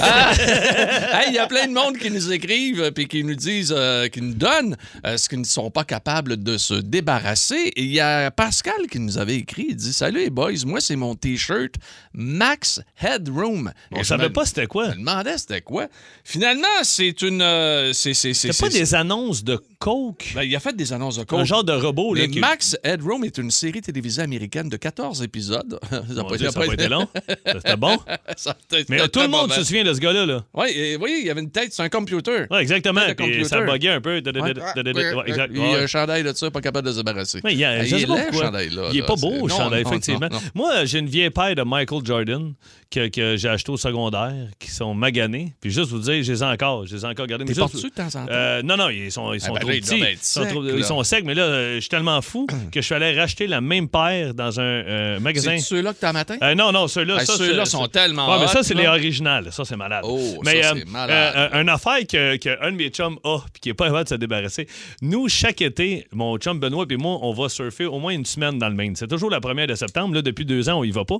B: Ah! Hey, il y a plein de monde qui nous écrivent euh, puis qui nous disent, euh, qui nous donnent euh, ce qu'ils ne sont pas capables de se débarrasser. Et il y a Pascal qui nous avait écrit. Il dit Salut les boys, moi c'est mon t-shirt Max Headroom. Et
A: On
B: je
A: savait
B: me-
A: pas c'était quoi.
B: Je me demandais c'était quoi. Finalement, c'est une. euh, c'est, c'est, c'est,
A: C'était pas
B: c'est-
A: des annonces de Coke.
B: Ben, il a fait des annonces de
A: Un
B: coach.
A: genre de robot, là.
B: Mais
A: qui-
B: Oh, Max Headroom est une série télévisée américaine de 14 épisodes. Ça n'a
A: Mon
B: pas-
A: Dieu,
B: ça
A: ça
B: n'a
A: a pas été long. C'était bon.
B: Ça a été
A: Mais euh,
B: très
A: tout le monde
B: mauvais.
A: se souvient de ce gars-là, là.
B: Ouais, et- oui, il y avait une tête, c'est un computer.
A: Ouais, exactement.
B: C'était
A: Puis
B: computer.
A: ça buguait un peu.
B: Ouais.
A: Ah, Ouais, exact.
B: Il y a
A: Ouais.
B: un chandail de ça, pas capable de se débarrasser.
A: Mais il y a-
B: Ah,
A: je
B: il
A: sais
B: est
A: pas
B: laid,
A: pourquoi.
B: le chandail, là,
A: il est
B: là.
A: pas
B: C'est-
A: beau, le
B: non,
A: chandail,
B: non,
A: effectivement.
B: non, non.
A: Moi, j'ai une vieille paire de Michael Jordan que, que j'ai acheté au secondaire, qui sont maganés. Puis juste vous dire, je les ai encore. Je les ai encore gardés.
B: T'es
A: Mais juste-
B: portes-tu de temps en temps?
A: Euh, non, non, ils sont, ils sont
B: ben
A: trop
B: là, ils
A: petits.
B: doivent être
A: Ils sont,
B: secs,
A: trop-
B: là.
A: ils sont secs, mais là, euh, je suis tellement fou que je suis allé racheter la même paire dans un euh, magasin.
B: C'est ceux-là que t'as matin?
A: Euh, non, non, ceux-là.
B: Ah,
A: ça,
B: ceux-là
A: c'est-
B: sont
A: c'est-
B: tellement
A: Ouais, mais ça,
B: hot,
A: c'est
B: là.
A: les originales. Ça, c'est malade.
B: Oh,
A: mais,
B: ça,
A: euh,
B: c'est malade.
A: euh, un- une affaire que, que un de mes chums a, puis qui n'est pas capable de se débarrasser. Nous, chaque été, mon chum Benoît et moi, on va surfer au moins une semaine dans le Maine. C'est toujours la première de septembre. Là, depuis deux ans, on y va pas.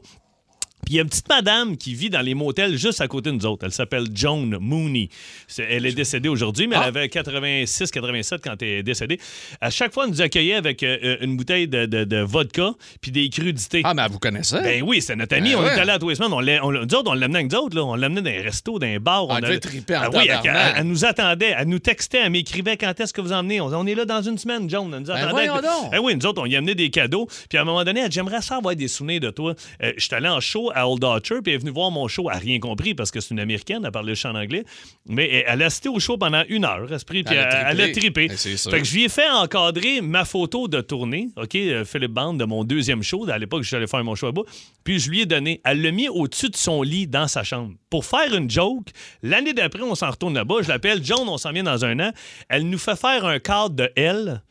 A: Puis il y a une petite madame qui vit dans les motels juste à côté de nous autres. Elle s'appelle Joan Mooney. C'est- Elle est décédée aujourd'hui, mais
B: Ah.
A: elle avait 86, 87 quand elle est décédée. À chaque fois, elle nous accueillait avec euh, une bouteille de, de- de vodka puis des crudités.
B: Ah, mais vous connaissez?
A: Ben oui, c'était notre ami.
B: Ben
A: on
B: ouais.
A: est allé à tous les semaines. On l'a- on l'a- nous autres, on l'amenait avec nous autres. Là. On l'amenait dans les restos, dans les bars.
B: devait
A: allait-
B: triper en
A: Ah oui, elle,
B: tabarnak.
A: elle- elle nous attendait. Elle nous textait. Elle m'écrivait quand est-ce que vous emmenez. On, on est là dans une semaine, John. Elle nous attendait.
B: voyons donc.
A: Ben oui, nous autres, on y amenait des cadeaux. Puis à un moment donné, elle dit, j'aimerais ça avoir des souvenirs de toi. Euh, J'étais allé en show à Old Archer. Puis elle est venue voir mon show. Elle n'a rien compris parce que c'est une américaine. Elle parlait le chant en anglais. Mais elle- elle a assisté au show pendant une heure. Elle, se prit, puis
B: Elle a
A: elle- elle a
B: trippé.
A: trippé.
B: Ben, c'est sûr.
A: Fait que je lui ai fait encadrer ma photo de tournée, OK, euh, Philippe Bande, de mon deuxième show. À l'époque, j'allais faire mon show à bas. Puis je lui ai donné. Elle l'a mis au-dessus de son lit dans sa chambre. Pour faire une joke, l'année d'après, on s'en retourne là-bas. Je l'appelle John, on s'en vient dans un an. Elle nous fait faire un cadre de elle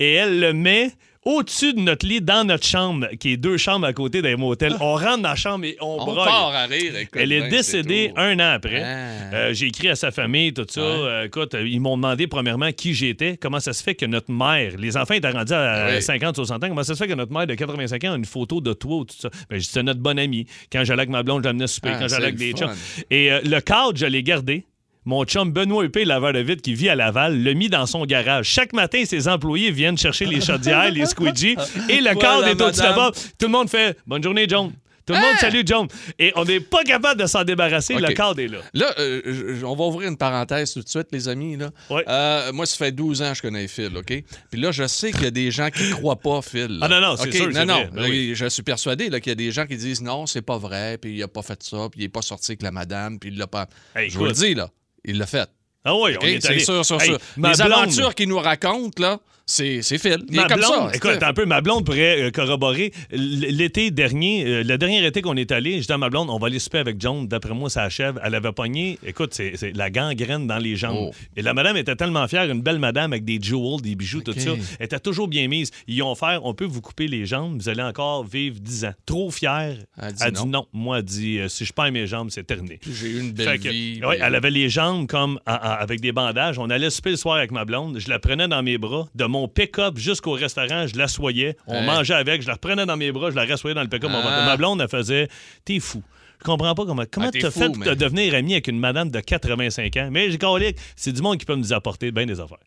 A: et elle le met. Au-dessus de notre lit, dans notre chambre, qui est deux chambres à côté d'un motel, on rentre dans la chambre et on,
B: On
A: broye.
B: part à rire. écoute,
A: Elle est
B: ben, c'est
A: décédée
B: tout.
A: un an après.
B: Ah.
A: Euh, j'ai écrit à sa famille, tout ça.
B: Ouais.
A: Euh, écoute, euh, ils m'ont demandé premièrement qui j'étais, comment ça se fait que notre mère, les enfants étaient rendus à
B: Ah Oui.
A: 50, 60 ans, comment ça se fait que notre mère de 85 ans a une photo de toi ou tout ça. Ben, j'ai dit, c'est notre bonne amie. Quand j'allais avec ma blonde, j'amenais souper.
B: Ah,
A: quand
B: c'est
A: j'allais avec
B: le
A: des
B: fun.
A: chums. Et euh, le cadre, je l'ai gardé. Mon chum Benoît Huppé, laveur de vide qui vit à Laval, l'a mis dans son garage. Chaque matin, ses employés viennent chercher les chaudières, les squeegees, et le
B: Voilà,
A: cadre est au-dessus
B: madame.
A: là-bas. Tout le monde fait Bonne journée, John. Tout le monde salue John. Et on n'est pas capable de s'en débarrasser.
B: OK.
A: Le cadre est là.
B: Là, euh, je- je- on va ouvrir une parenthèse tout de suite, les amis. Là.
A: Ouais.
B: Euh, moi, ça fait 12 ans que je connais Phil, OK? Puis là, je sais qu'il y a des gens qui croient pas Phil. là.
A: Ah non, non, c'est
B: OK?
A: sûr,
B: Non,
A: c'est
B: non.
A: vrai, ben
B: là,
A: oui.
B: Je suis persuadé là, qu'il y a des gens qui disent non, c'est pas vrai, puis il a pas fait ça, puis il est pas sorti avec la madame, puis il l'a pas.
A: Hey,
B: je vous le
A: écoute.
B: dis, là, il l'a fait.
A: Ah oui,
B: OK?
A: on est
B: C'est
A: allé.
B: sûr, sûr,
A: Hey,
B: sûr.
A: ma
B: les
A: blonde,
B: aventures qu'il nous raconte, là, C'est c'est Phil. Il
A: Ma
B: est comme ça.
A: blonde, écoute, un peu, ma blonde pourrait euh, corroborer. L- L'été dernier, euh, le dernier été qu'on est allé, j'étais à ma blonde, on va aller souper avec John. D'après moi, ça achève. Elle avait pogné, écoute, c'est c'est la gangrène dans les jambes.
B: Oh.
A: Et la madame était tellement fière, une belle madame avec des jewels, des bijoux,
B: Ok.
A: tout ça. Elle était toujours bien mise. Ils ont offert, on peut vous couper les jambes, vous allez encore vivre 10 ans. Trop fière.
B: Elle dit non.
A: Moi, elle dit, euh, si je perds mes jambes, c'est terminé.
B: J'ai eu une
A: Fait
B: belle
A: que-
B: vie.
A: ouais,
B: puis-
A: elle avait les jambes comme à- à- avec des bandages. On allait souper le soir avec ma blonde. Je la prenais dans mes bras, de mon pick-up jusqu'au restaurant, je l'assoyais. On
B: Hein?
A: mangeait avec, je la prenais dans mes bras, je la rassoyais dans le pick-up. On va-
B: Ah.
A: Ma blonde, elle faisait T'es fou. Je comprends pas comment comment
B: Ah, t'es
A: t'as
B: fou,
A: fait pour
B: mais-
A: te devenir ami avec une madame de 85 ans. Mais j'ai colique, c'est du monde qui peut nous apporter bien des affaires.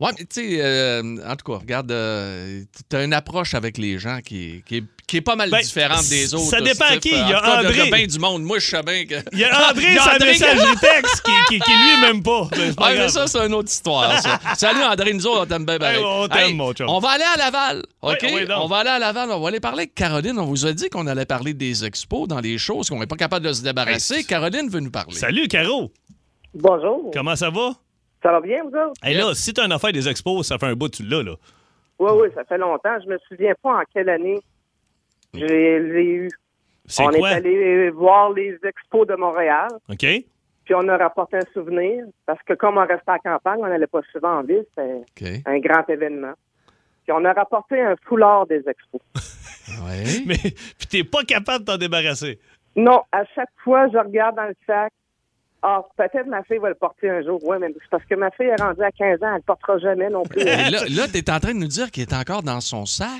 B: Ouais, mais tu sais, euh, en tout cas, regarde, euh, t'as une approche avec les gens qui, est- qui, est- qui est pas mal
A: Ben,
B: différente des
A: ça
B: autres.
A: dépend
B: Steph.
A: à qui.
B: En
A: Il y a
B: tout cas,
A: André.
B: Il y a bien du monde. Moi, je sais bien que.
A: Il y a André,
B: Il y a
A: sa
B: André-
A: messagerie texte qui, qui- qui lui même pas. Mais c'est pas
B: Ah, mais
A: grave.
B: ça, c'est une autre histoire, ça. Salut, André, nous autres, on t'aime bien, pareil.
A: Hey, on t'aime, mon chum.
B: On va aller à Laval,
A: Oui,
B: OK?
A: oui, donc.
B: on va aller à Laval, on va aller parler avec Caroline. On vous a dit qu'on allait parler des expos dans les choses qu'on n'est pas capable de se débarrasser. Caroline veut nous parler.
A: Salut, Caro.
D: Bonjour.
A: Comment ça va?
D: Ça va bien, vous autres?
A: Hey, là, si t'as une affaire des expos, ça fait un bout, tu l'as, là.
D: Oui, oui, ça fait longtemps. Je me souviens pas en quelle année je l'ai eu.
A: C'est
D: On
A: quoi?
D: est allé voir les expos de Montréal,
A: OK?
D: puis on a rapporté un souvenir, parce que comme on restait à campagne, on n'allait pas souvent en ville, c'était
B: OK. Ouais.
D: un grand événement. Puis on a rapporté un foulard des expos.
A: Mais puis t'es pas capable de t'en débarrasser.
D: Non, à chaque fois, je regarde dans le sac. Ah, peut-être ma fille va le porter un jour. Oui, mais c'est parce que ma fille est rendue à 15 ans, elle le portera jamais non plus.
B: Et là, là t'es en train de nous dire qu'il est encore dans son sac.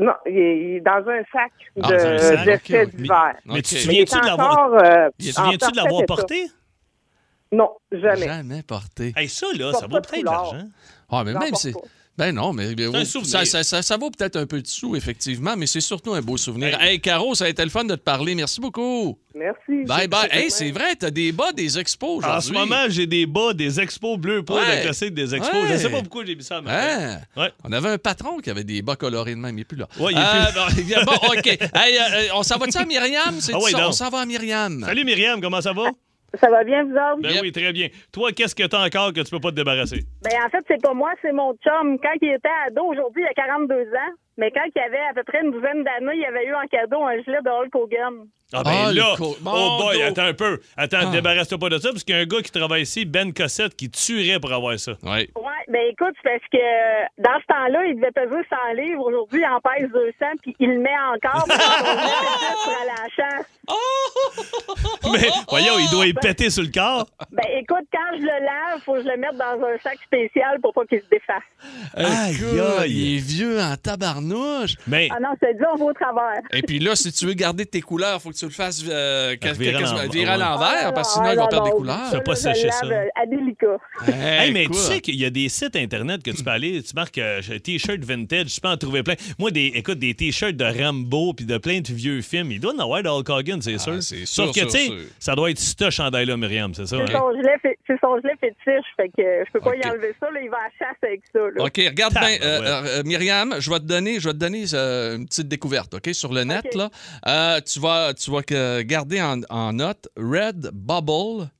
D: non, il est, il est dans un sac
B: Ah, dans un sac,
D: de- d'effets
B: ok, ok.
D: d'hiver.
A: Mais
B: OK.
A: tu te
D: Mais il est
A: Viens-tu de l'avoir-
D: encore, euh,
A: Tu
D: en
A: viens-tu de l'avoir
D: parfait
A: porté?
D: état. Non, jamais.
B: Jamais porté.
A: Hey, ça, là,
D: Porte
A: ça
D: pas
A: vaut
D: de
A: peut-être de
D: foulard.
A: l'argent.
B: Ah, mais
D: J'en
B: même
D: porte
B: c'est.
D: pas.
B: Ben non, mais mais-
A: un
B: oh,
A: souvenir.
B: ça, ça- ça- ça vaut peut-être un peu de sous, effectivement, mais c'est surtout un beau souvenir. Hey,
A: Hey.
B: Caro, ça a été le fun de te parler. Merci beaucoup.
D: Merci.
B: Bye bye. Hey, c'est vrai, t'as des bas des expos aujourd'hui.
A: En ce moment, j'ai des bas, des expos bleus pour
B: Ouais.
A: la classique des expos.
B: Ouais.
A: Je sais pas pourquoi j'ai mis ça à ma tête.
B: Hein?
A: Ouais.
B: On avait un patron qui avait des bas colorés de même, il n'est plus là.
A: Ouais, il est
B: Euh,
A: plus-
B: bon, il vient- bon, OK. Hey, euh, euh, on s'en va-tu à Myriam? C'est
A: Ah oui,
B: ça?
A: donc.
B: On s'en va à Myriam.
A: Ah. Salut Myriam, comment ça va?
H: Ça va bien, vous autres?
A: Ben
B: Yep.
A: oui, très bien. Toi, qu'est-ce que t'as encore que tu peux pas te débarrasser?
H: Ben, en fait, c'est pas moi, c'est mon chum. Quand il était ado, aujourd'hui, il a 42 ans, mais quand il avait à peu près une douzaine d'années, il avait eu en cadeau un gilet de Hulk Hogan.
A: Ah
B: Ah,
A: ben
B: le
A: là,
B: co-
A: oh boy,
B: Mondo.
A: attends un peu. Attends,
B: Ah.
A: débarrasse-toi pas de ça, parce qu'il y a un gars qui travaille ici, Ben Cossette, qui tuerait pour avoir ça.
B: Ouais.
H: Ouais, ben écoute, c'est parce que euh, dans ce temps-là, il devait peser 100 livres. Aujourd'hui, il en pèse 200, puis il le met encore parce qu'on le met pour aller à la chasse.
A: Mais voyons, il doit y péter sur le corps.
H: Ben écoute, quand je le lave, faut que je le mette dans un sac spécial pour pas qu'il se défasse.
A: Aïe,
B: Écoute,
A: aïe.
B: Il est vieux en tabarnouche.
A: Mais
H: Ah non, c'est dit, on va au travers.
B: Et puis là, si tu veux garder tes couleurs, il faut que tu le fasses euh, quel-
A: Ah, Virer
B: quasiment-
A: à l'envers,
B: virer à
A: ouais.
B: l'envers, parce que sinon,
H: Ah,
B: il va
H: non,
B: perdre des
H: non,
B: couleurs.
H: ça,
A: Fais pas
H: là,
A: sécher
H: je le
A: ça.
H: lave, euh, à délicat.
A: Hey, mais
B: quoi?
A: tu sais qu'il y a des sites internet que tu peux aller, tu marques euh, t-shirt vintage, tu peux en trouver plein. Moi, des, écoute, des t-shirts de Rambo puis de plein de vieux films, il doit en avoir de Hulk Hogan, c'est sûr.
B: Ah, c'est sûr,
A: Sauf que,
B: sûr,
A: tu sais,
B: sûr.
A: ça doit être ce chandail-là, Myriam, c'est ça?
H: C'est
A: hein?
H: son gilet fé- c'est son gilet fétiche, fait que euh, je peux pas
B: Ok.
H: y enlever ça, là, il va à la chasse avec ça. Là.
B: OK, regarde bien,
A: Tabarouette.
B: euh, euh, Myriam, je vais te donner, je vais te donner euh, une petite découverte, OK, sur le net,
H: OK.
B: là. Euh, tu vas, tu vas que- garder en, en note Redbubble,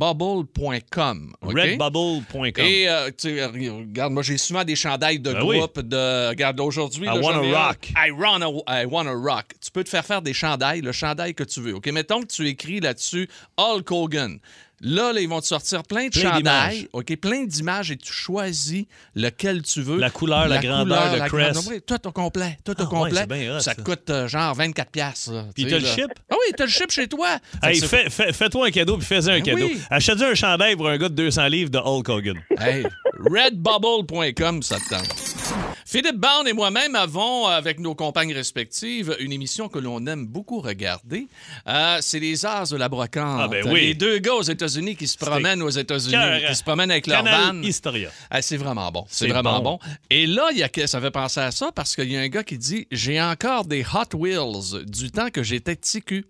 B: redbubble.com, OK?
A: Redbubble.com.
B: Et, euh, tu sais, regarde, moi, j'ai souvent des chandails de
A: Ben oui.
B: groupe, de... Regarde, aujourd'hui...
A: I
B: là, j'en
A: wanna
B: ai un.
A: rock.
B: I wanna, I wanna rock. Tu peux te faire faire des chandails, le chandail que tu veux, OK? Mettons que tu écris là-dessus Hulk Hogan. Là, là, ils vont te sortir plein de
A: Plein d'images.
B: chandails, OK? Plein d'images et tu choisis lequel tu veux.
A: La couleur, la grandeur, le
B: la
A: crest.
B: grandeur. Oui, Tout au complet, tout
A: Ah
B: au
A: ouais,
B: complet.
A: c'est bien hot,
B: ça
A: ça.
B: te coûte euh, genre 24 piastres. là,
A: Puis
B: tu
A: t'as
B: sais,
A: le
B: là.
A: ship?
B: Ah oui, t'as le chip chez toi. Fait que
A: Hey,
B: c'est-
A: fais- fais- fais-toi un cadeau puis fais-en un
B: Ben
A: cadeau.
B: oui.
A: Achète-toi un chandail pour un gars de 200 livres de Hulk Hogan.
B: Hey, redbubble.com, ça te tente. Philippe Barne et moi-même avons, euh, avec nos compagnes respectives, une émission que l'on aime beaucoup regarder. Euh, c'est les As de la brocante.
A: Ah, ben oui.
B: Les deux gars aux États-Unis qui se promènent aux États-Unis,
A: écœurant.
B: qui se promènent avec leur
A: Canal
B: van.
A: Historia.
B: Ah, c'est vraiment bon. C'est
A: C'est
B: vraiment bon.
A: bon.
B: Et là, il y a, que- ça fait penser à ça parce qu'il y a un gars qui dit J'ai encore des Hot Wheels du temps que j'étais TQ.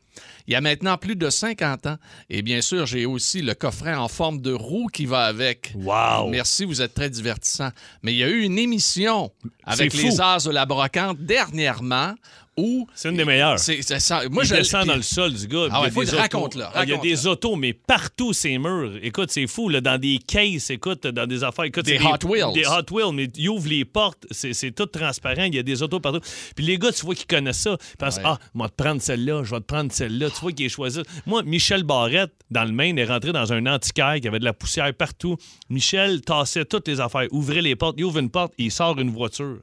B: Il y a maintenant plus de 50 ans. Et bien sûr, j'ai aussi le coffret en forme de roue qui va avec.
A: Wow.
B: Merci, vous êtes très divertissant. Mais il y a eu une émission avec
A: C'est
B: les
A: fou.
B: As de la Brocante dernièrement où.
A: C'est une des meilleures.
B: C'est, ça sent- moi,
A: Moi, je
B: je
A: descends dans le sol du gars. puis
B: ouais,
A: il y a
B: faut
A: des
B: le-
A: autos.
B: raconte-le,
A: Ah, Il y a des
B: raconte-le.
A: autos, mais partout ces murs. Écoute, c'est fou, là, dans des cases, écoute, dans des affaires. Écoute,
B: Des
A: c'est
B: Hot Wheels.
A: Des Hot Wheels, mais ils ouvrent les portes, c'est c'est tout transparent, il y a des autos partout. Puis les gars, tu vois qu'ils connaissent ça. Ils pensent,
B: Ouais.
A: ah, moi, te prendre celle-là, je vais te prendre celle-là. Tu vois qu'ils choisissent. Moi, Michel Barrette, dans le Maine, est rentré dans un antiquaire qui avait de la poussière partout. Michel tassait toutes les affaires, ouvrait les portes. Il ouvre une porte, il sort une voiture.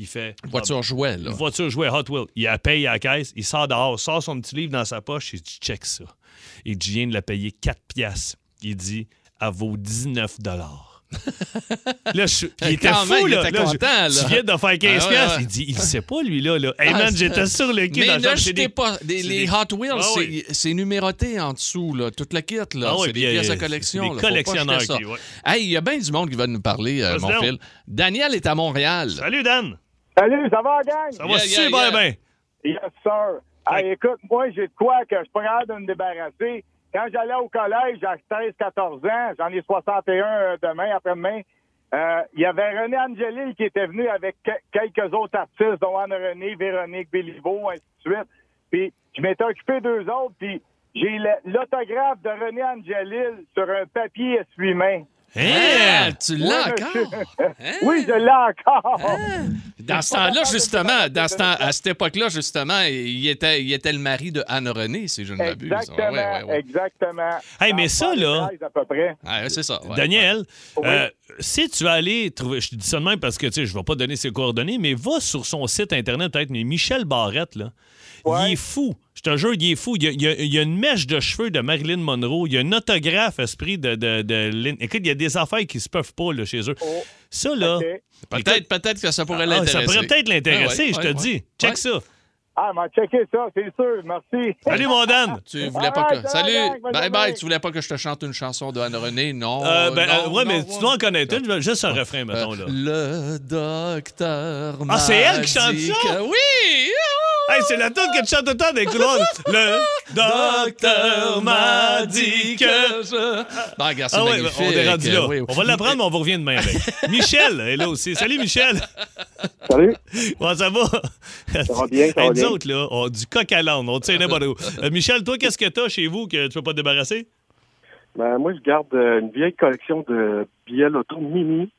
A: Il fait.
B: Voiture jouet, là.
A: Une voiture jouée à Hot Wheels. Il la paye à la caisse, il sort dehors, sort son petit livre dans sa poche, il dit check ça. Il dit je viens de la payer 4 piastres. Il dit elle vaut 19 dollars. là, je, puis il était
B: Quand
A: fou,
B: même, il
A: là.
B: était
A: Là, je-
B: content, là.
A: Tu viens de faire 15
B: Ah ouais,
A: piastres.
B: ouais.
A: Il dit, il sait pas, lui-là. Là. Hey,
B: Ah,
A: man,
B: c'est-
A: j'étais sur le cul. dans
B: Mais
A: le temps,
B: ne
A: c'est
B: jetez
A: des-
B: pas. des-
A: c'est
B: les
A: des-
B: Hot Wheels,
A: Ah
B: c'est,
A: oui.
B: c'est numéroté en dessous, là, toute la kit. Là.
A: Ah oui,
B: c'est des
A: puis, euh,
B: pièces de
A: c'est
B: collection.
A: des
B: là, faut pas jeter
A: collectionneurs
B: ça.
A: qui- ouais.
B: Hey, il y a bien du monde qui va nous parler, euh,
A: Vas-y
B: mon
A: donc.
B: Phil. Daniel est à Montréal.
A: Salut, Dan.
G: Salut, ça va, gang?
A: Ça va
B: Yeah, yeah,
A: super
B: yeah.
A: bien.
G: Yes, sir. Hey, écoute, moi, j'ai de quoi que je suis pas capable de me débarrasser. Quand j'allais au collège à 13-14 ans, j'en ai 61 euh, demain, après-demain, euh, il y avait René Angelil qui était venu avec que- quelques autres artistes, dont Anne-René, Véronique Béliveau, ainsi de suite. Puis je m'étais occupé d'eux autres, puis j'ai le- l'autographe de René Angelil sur un papier essuie-main.
B: Hein,
A: Hein?
B: tu l'as
G: Oui, monsieur.
B: encore? Hein?
G: Oui, je l'ai encore!
B: Dans ce temps-là, justement, dans ce temps- à cette époque-là, justement, il était, il était le mari de Anne-Renée, si je ne m'abuse. Ah,
G: Exactement,
B: Ouais, ouais, ouais.
G: exactement.
A: Hey,
G: Dans
A: mais ça, là-
G: 73 à peu près.
B: Ah, c'est ça. ouais.
A: Daniel, euh, si tu vas aller trouver, je te dis ça de même parce que tu sais, je vais pas donner ses coordonnées, mais va sur son site internet peut-être, mais Michel Barrette, là,
G: Ouais.
A: il est fou. Je te jure, il est fou. Il y a, il y a- il y a une mèche de cheveux de Marilyn Monroe. Il y a un autographe esprit de, de, de Lynn. Écoute, il y a des affaires qui se peuvent pas là, chez eux.
G: Oh,
A: Ça, là,
G: ok.
B: Peut-être, peut-être que ça pourrait
A: ah,
B: l'intéresser. Ah
A: ça pourrait peut-être l'intéresser,
B: Ouais, ouais,
A: je te
B: ouais,
A: dis.
B: ouais.
A: Check
B: Ouais.
A: ça.
G: Ah, m'a checké ça, c'est sûr. Merci.
A: Allez, mon Dan.
B: Tu voulais pas que...
G: Alright,
B: Salut!
G: alright, bonne
B: Bye bye!
G: journée.
B: Tu voulais pas que je te chante une chanson de Anne-Renée? Non.
A: Euh, ben,
B: non,
A: euh, ouais,
B: non,
A: mais tu dois en connaître
B: Non.
A: une. je vais- Juste un refrain, mettons. Là.
B: Euh, Le docteur.
A: Ah, c'est
B: m'a
A: elle qui chante
B: dit
A: ça?
B: que- Oui! oh,
A: Hey, c'est la tune que tu chantes tout le temps des couloirs. Le Ah, docteur m'a dit que.
B: je. Bon, regarde, c'est
A: Ah ouais,
B: magnifique.
A: on est rendu là.
B: Oui, oui.
A: On va l'apprendre, mais on vous revient demain avec. Michel est là aussi. Salut, Michel.
G: Salut.
A: Comment ça va?
G: Ça va bien, ça
A: Hey,
G: va
A: nous
G: bien.
A: autres, là, on- du coq à l'âne, on tient n'importe où. Euh, Michel, toi, qu'est-ce que t'as chez vous que tu peux pas te débarrasser?
G: Ben, moi, je garde euh, une vieille collection de billets loto mini.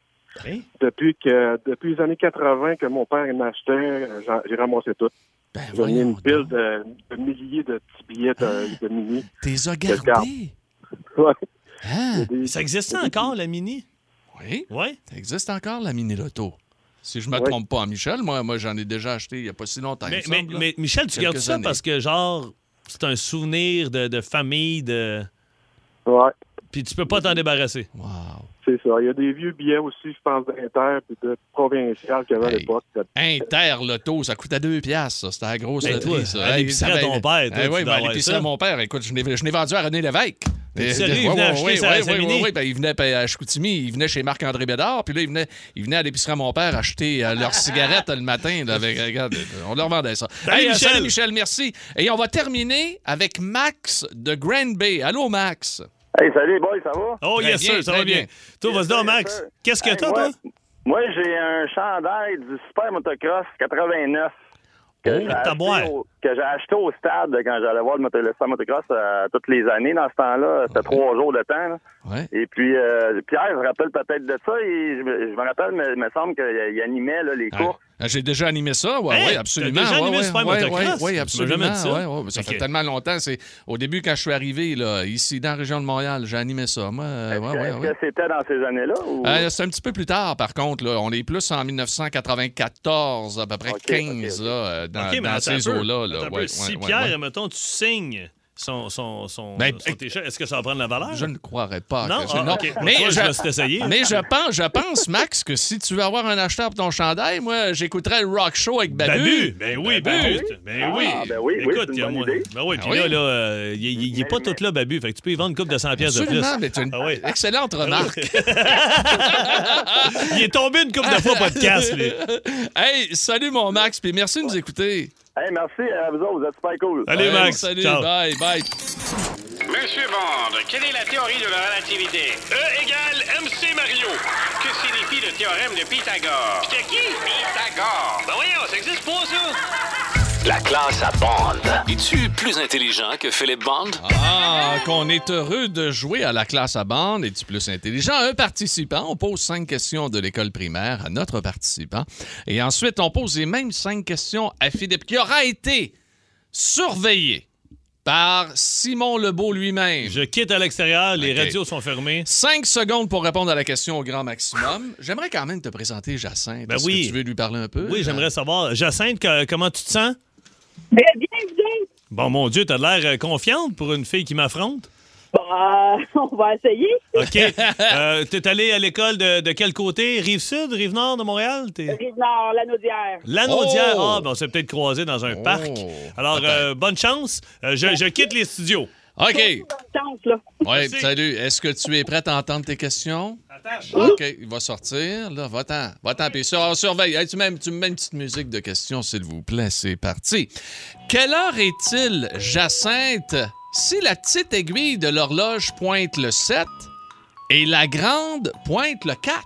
A: Hein?
G: Depuis que depuis les années 80 que mon père m'achetait, euh, j'en- j'ai ramassé tout.
B: Ben,
G: J'ai mis
B: voyons
G: une pile
B: donc.
G: de, de milliers de petits billets
A: Hein?
G: de, de mini.
B: T'es les as
G: garde.
B: gardés?
G: Ouais.
B: Hein?
G: Des-
A: Ça existe encore, la mini?
B: Oui,
A: Ouais.
B: ça existe encore, la mini-loto. Si je me
G: Ouais.
B: trompe pas, Michel, moi, moi j'en ai déjà acheté il n'y a pas si longtemps. il
A: Mais,
B: me
A: mais-
B: semble, là.
A: mais Michel, tu
B: Quelques
A: gardes ça
B: années.
A: parce que, genre, c'est un souvenir de, de famille, de.
G: Ouais,
A: Puis tu peux pas t'en débarrasser.
B: Wow.
G: c'est ça. Il y a des vieux billets aussi, je pense, d'Inter et de provincial qu'il y avait à
B: Hey.
G: l'époque.
B: Inter-loto, ça coûtait 2 piastres, ça. C'était la grosse
A: Mais toi,
B: loterie, ça.
A: à
B: Hey,
A: l'épicerie
B: ça
A: à
B: va-
A: ton père, toi,
B: Eh
A: tu
B: oui,
A: dois
B: ben, à
A: avoir
B: l'épicerie
A: ça.
B: à mon père. Écoute, je n'ai je n'ai vendu à René Lévesque.
A: T'es
B: Eh,
A: sérieux,
B: ouais,
A: il venait
B: ouais,
A: acheter
B: ouais,
A: ça à
B: ouais,
A: Savigny?
B: ouais, ouais, ben, il venait ben, à Chicoutimi, il venait chez Marc-André Bédard, puis là, il venait, il venait à l'épicerie à mon père acheter euh, leurs cigarettes le matin. là, avec- regarde, on leur vendait ça.
A: Salut,
B: Hey,
A: Michel.
B: salut, Michel, merci. Et on va terminer avec Max de Grand Bay. Allô, Max?
I: Hey, salut, boy, ça va?
A: Oh,
B: Très
A: yes,
B: bien,
A: sir, ça
B: très
A: va bien.
B: bien.
A: Toi, vas-y donc, Max. Qu'est-ce que
I: Hey,
A: t'as,
I: moi-
A: toi?
I: Moi, j'ai un chandail du Super Motocross 89 que
A: Oh,
I: j'ai
A: taboire.
I: acheté, au- que j'ai acheté au stade quand j'allais voir le, moto- le Super Motocross euh, toutes les années dans ce temps-là. C'était trois jours de temps. là.
B: Ouais.
I: Et puis, euh, Pierre se rappelle peut-être de ça. Et je, me- je me rappelle, mais il me semble qu'il il animait là, les courses.
B: Ah, J'ai déjà animé ça, oui,
A: Hey,
B: oui,
A: t'as
B: absolument.
A: déjà
B: ouais,
A: animé
B: ouais,
A: Super
B: ouais,
A: Motocross?
B: ouais,
A: Tu
B: ouais,
A: m'as
B: absolument.
A: jamais dit ça?
B: ouais, ouais, mais ça
A: Ok.
B: fait tellement longtemps. C'est au début quand je suis arrivé là, ici dans la région de Montréal, j'ai animé ça. Moi, euh,
I: Est-ce que-
B: ouais, ouais,
I: est-ce
B: ouais.
I: que c'était dans ces années-là? Ou...
B: Euh, c'est un petit peu plus tard, par contre. Là. On est plus en 1994, à peu près
I: Ok, ok,
B: 15,
I: ok.
B: là, euh, dans,
A: OK, mais
B: dans
A: attends un
B: ces
A: peu.
B: eaux-là. là.
A: Attends un peu.
B: Ouais,
A: si
B: ouais, ouais,
A: Pierre,
B: ouais.
A: mettons, tu signes son, son, son,
B: Ben,
A: son t-shirt, est-ce que ça va prendre la valeur?
B: Je ne croirais pas.
A: Non?
B: que je-
A: Ah,
B: non.
A: OK.
B: Mais,
A: Toi, je
B: je,
A: vais t'essayer.
B: mais je pense, je pense, Max, que si tu veux avoir un acheteur pour ton chandail, moi, j'écouterais le rock show avec Babu.
A: Babu! Ben oui,
B: Babu.
A: Babu! Ben
I: Ah,
A: oui!
I: ben oui, oui,
A: Écoute,
I: c'est une
A: il y a
I: bonne
A: moins-
I: idée.
A: Ben oui,
B: Ah
A: puis
B: oui.
A: là, là, euh, il- il il est pas
I: Mais-
A: tout là, Babu. Fait que tu peux y vendre une coupe de 100 pièces de plus.
B: Absolument, mais c'est une
A: Ah oui.
B: excellente remarque.
A: Il est tombé une coupe de fois podcast, lui.
B: hey, salut mon Max, puis merci de nous écouter.
I: Hey, merci à vous autres, vous êtes super cool.
A: Allez,
B: Hey,
A: Max.
B: Salut,
A: ciao.
B: bye, bye.
J: Monsieur Bond, quelle est la théorie de la relativité? E égale MC Mario. Que signifie le théorème de Pythagore? De qui? Pythagore. Ben voyons, ça existe pas, ça?
F: La classe à bande. Es-tu plus intelligent que Philippe Bande?
B: Ah, qu'on est heureux de jouer à la classe à bande et du plus intelligent. Un participant, on pose cinq questions de l'école primaire à notre participant. Et ensuite, on pose les mêmes cinq questions à Philippe, qui aura été surveillé par Simon Lebeau lui-même.
A: Je quitte à l'extérieur, les
B: Ok.
A: radios sont fermées.
B: Cinq secondes pour répondre à la question au grand maximum. J'aimerais quand même te présenter Jacinthe.
A: Ben
B: Est-ce
A: oui.
B: que tu veux lui parler un peu?
A: Oui, j'aimerais savoir. Jacinthe, que- comment tu te sens?
H: Ben, bien, bien.
A: Bon, mon Dieu, t'as l'air euh, confiante pour une fille qui m'affronte.
H: Bah, on va essayer.
A: OK. Euh, T'es allé à l'école de, de quel côté? Rive-Sud, Rive-Nord de Montréal? T'es-
H: Rive-Nord, Lanaudière.
A: Lanaudière.
B: Oh!
A: Ah, ben, on s'est peut-être croisé dans un parc. Alors, euh, bonne chance. Euh, je, je quitte les studios.
B: OK.
H: Chance, là.
B: Oui,
A: Merci.
B: salut. Est-ce que tu es prête à entendre tes questions?
A: Attache.
B: OK, il va sortir. Là, va-t'en. Va-t'en. Puis sur- surveille. Hey, tu, mets, tu me mets une petite musique de questions, s'il vous plaît. C'est parti. Quelle heure est-il, Jacinthe, si la petite aiguille de l'horloge pointe le 7 et la grande pointe le 4?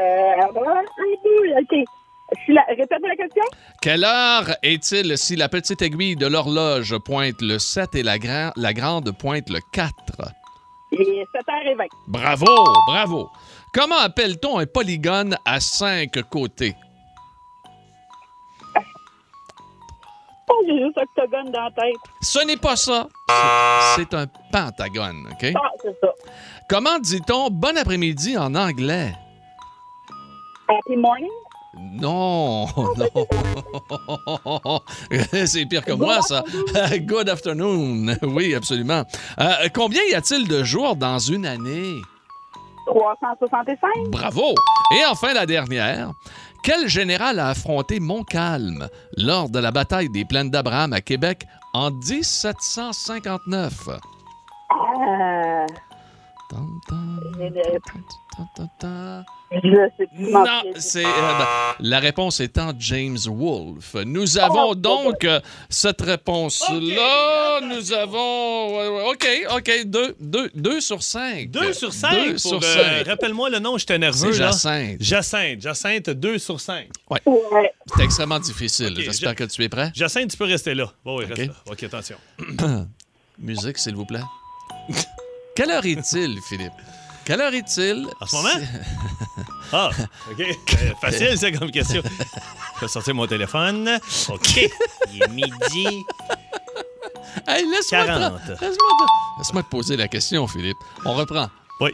H: Euh, OK. Si la- Répète la question.
B: Quelle heure est-il si la petite aiguille de l'horloge pointe le 7 et la, grand- la grande pointe le 4?
H: Il est 7h20.
B: Bravo, bravo. Comment appelle-t-on un polygone à cinq côtés?
H: Oh, j'ai juste octogone dans la tête.
B: Ce n'est pas ça. C'est un pentagone, OK?
H: Ah, c'est ça.
B: Comment dit-on bon après-midi en anglais?
H: Happy morning.
B: Non, non. C'est pire que moi, ça. Good afternoon. Oui, absolument. Euh, combien y a-t-il de jours dans une année?
H: 365.
B: Bravo! Et enfin, la dernière. Quel général a affronté Montcalm lors de la bataille des plaines d'Abraham à Québec en 1759?
H: Ah.
B: Tan, tan, tan, tan, tan.
H: euh, Je sais plus.
B: Non, c'est euh, ben, la réponse étant James Wolfe. Nous avons donc euh, cette réponse-là. Nous avons, ouais, ouais, ok, ok, deux, deux, deux sur cinq.
A: Deux sur cinq.
B: Deux
A: pour,
B: sur
A: euh,
B: cinq.
A: Rappelle-moi le nom, j'étais nerveux.
B: C'est
A: là.
B: Jacinthe.
A: Jacinthe. Jacinthe, 2 sur 5.
H: Ouais.
B: C'est extrêmement difficile. J'espère
A: je-
B: que tu es prêt.
A: Jacinthe, tu peux rester là. Bon, oui,
B: OK.
A: reste là. OK, attention.
B: Musique, s'il vous plaît. Quelle heure est-il, Philippe? Quelle heure est-il?
A: En ce moment? Ah, OK. Euh, facile, ça, comme question. Je vais sortir mon téléphone. OK. Il est midi
B: Hey, laisse-moi te-
A: 40.
B: laisse-moi te- laisse-moi te poser la question, Philippe. On reprend.
A: Oui.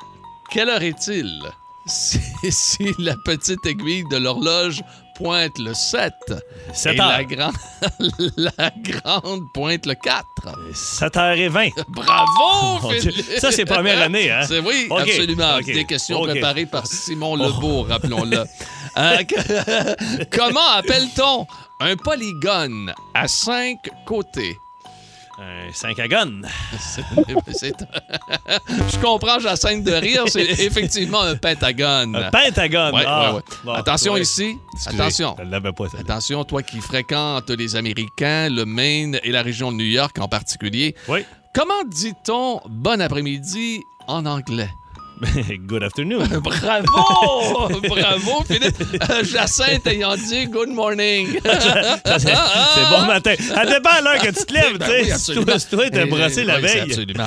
B: Quelle heure est-il si, si la petite aiguille de l'horloge pointe le 7
A: 7
B: et
A: heures.
B: la, grande la grande pointe le 4?
A: 7h20.
B: Bravo,
A: Mon Dieu.
B: Philippe!
A: Ça, c'est première année, hein?
B: C'est- oui,
A: OK,
B: absolument.
A: OK,
B: Des questions
A: OK. Oh.
B: préparées par Simon Lebeau, rappelons-le. Euh, que- comment appelle-t-on un polygone à cinq côtés?
A: Un 5 à gonne.
B: C'est- Je comprends Jacinthe de rire, c'est effectivement un pentagone.
A: Un pentagone.
B: Ouais,
A: Ah,
B: ouais, ouais.
A: bon,
B: Attention
A: ouais.
B: ici.
A: Excusez,
B: Attention.
A: Je l'avais pas, ça.
B: Attention, toi qui fréquentes les Américains, le Maine et la région de New York en particulier.
A: Oui.
B: Comment dit-on bon après-midi en anglais?
A: Good afternoon.
B: Bravo! Bravo, Philippe! Euh, Jacinthe ayant dit good morning.
A: Ben C'est bon matin. Ça dépend à l'heure que tu te lèves,
B: Ah, Ben
A: tu
B: oui,
A: sais. Si toi,
B: absolument.
A: si toi, t'as
B: Eh,
A: brossé la
B: oui, c'est
A: veille.
B: Absolument.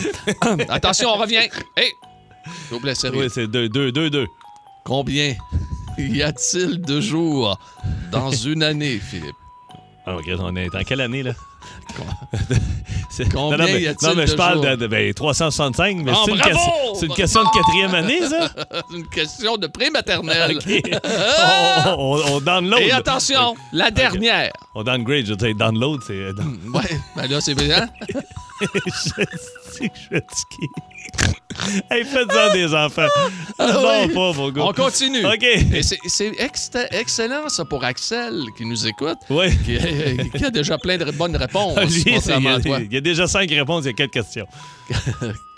B: Attention, on revient. Hey! Double sérieux.
A: Oui, c'est 2, 2, 2, 2.
B: Combien y a-t-il de jours dans une année, Philippe?
A: Ah, ok, on est en quelle année, là? C'est-
B: Combien
A: non, non, mais,
B: y a-t-il
A: non, mais je
B: de
A: parle de,
B: jours?
A: de- ben, 365, mais
B: Ah,
A: c'est, une
B: bravo!
A: question- c'est une question de quatrième année, ça?
B: une question de pré-maternelle.
A: OK. on, on, on download.
B: Et attention, la dernière.
A: On downgrade, je veux dire, download, c'est... euh, down-
B: Ouais, ben là, c'est bien.
A: je suis fatigué. hey, faites-en des enfants. non,
B: oui.
A: pas, mon gars.
B: On continue.
A: OK.
B: Et c'est- c'est exte- excellent, ça, pour Axel, qui nous écoute,
A: Oui.
B: qui, qui a déjà plein de bonnes réponses,
A: Ah, Lui, c'est- il, y
B: contrairement
A: a,
B: à toi.
A: il y a déjà cinq réponses, il y a quatre questions.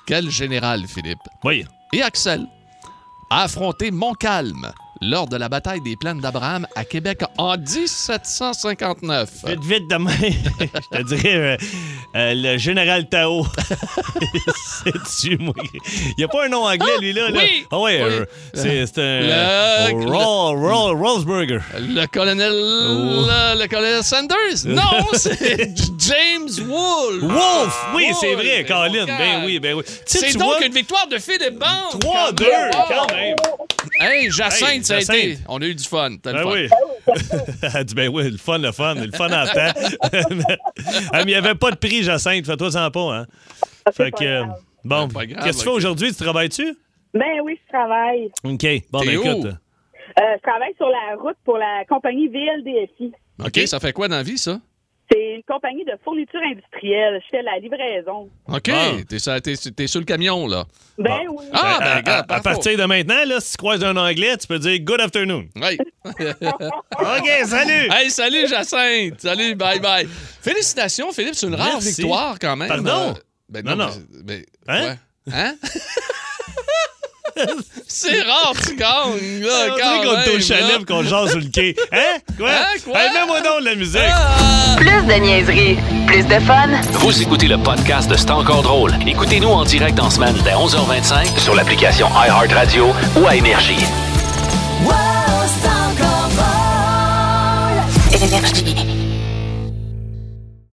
B: Quel général, Philippe?
A: Voyez.
B: et Axel a affronté Montcalm lors de la bataille des plaines d'Abraham à Québec en 1759.
A: Vite, vite demain, je te dirais euh, euh, le général Tao. C'est-tu, moi? Il n'y a pas un nom anglais, lui-là. là.
B: oui!
A: Ah ouais,
B: Oui.
A: euh, c'est c'est un.
B: Le-
A: euh, Roll, Roll, Rollsburger.
B: Le colonel.
A: Oh.
B: Le, le colonel Sanders? Non, c'est James Wool.
A: Wolf! Oui,
B: Wool.
A: c'est vrai, Colin. Ben oui, ben oui. Tu sais,
B: C'est
A: tu
B: donc
A: vois-
B: une victoire de Philippe Bond.
A: 3-2, quand même.
B: Hey, Jacinthe,
A: Hey,
B: ça a
A: Jacinthe.
B: été. On a eu du fun. T'as
A: Ben
B: le fun.
A: oui. Elle dit, ben oui, le fun, le fun, le fun en temps. Ah, mais il n'y avait pas de prix, Jacinthe, fais-toi sans pas, hein. Fait que, euh, bon,
B: pas grave,
A: qu'est-ce que tu fais
B: ok.
A: aujourd'hui? Tu travailles-tu?
H: Ben oui, je travaille.
A: OK, bon, ben
B: T'es où?
A: écoute.
H: Euh, je travaille sur la route pour la compagnie VLDSI.
B: OK, ça fait quoi dans la vie, ça?
H: C'est une compagnie de fourniture industrielle. Je fais la livraison.
B: OK,
A: Ah.
B: t'es sur- t'es sur- t'es sur le camion, là.
H: Ben oui.
B: Ah,
A: à,
B: ben, regarde,
A: à- à partir de maintenant, là, si tu croises un anglais, tu peux dire good afternoon.
B: Hey.
A: OK, salut!
B: hey, salut, Jacinthe. Salut, bye bye. Félicitations, Philippe, c'est une rare
A: Merci.
B: victoire quand même.
A: Pardon?
B: Euh, ben
A: Non,
B: non,
A: non.
B: mais- mais-
A: Hein?
B: ouais. Hein? c'est rare, tu gagnes, là,
A: Ah, On
B: Ah, quand
A: dirait qu'on est
B: même,
A: au chalet
B: là.
A: pis qu'on jase sur le quai. Hein? Quoi?
B: Hein, quoi?
A: Hey, mets-moi donc de la musique.
B: Ah!
E: Plus de niaiserie, plus de fun.
F: Vous écoutez le podcast de C'est encore drôle. Écoutez-nous en direct en semaine dès 11h25 sur l'application iHeartRadio ou à Énergie.
E: Énergie.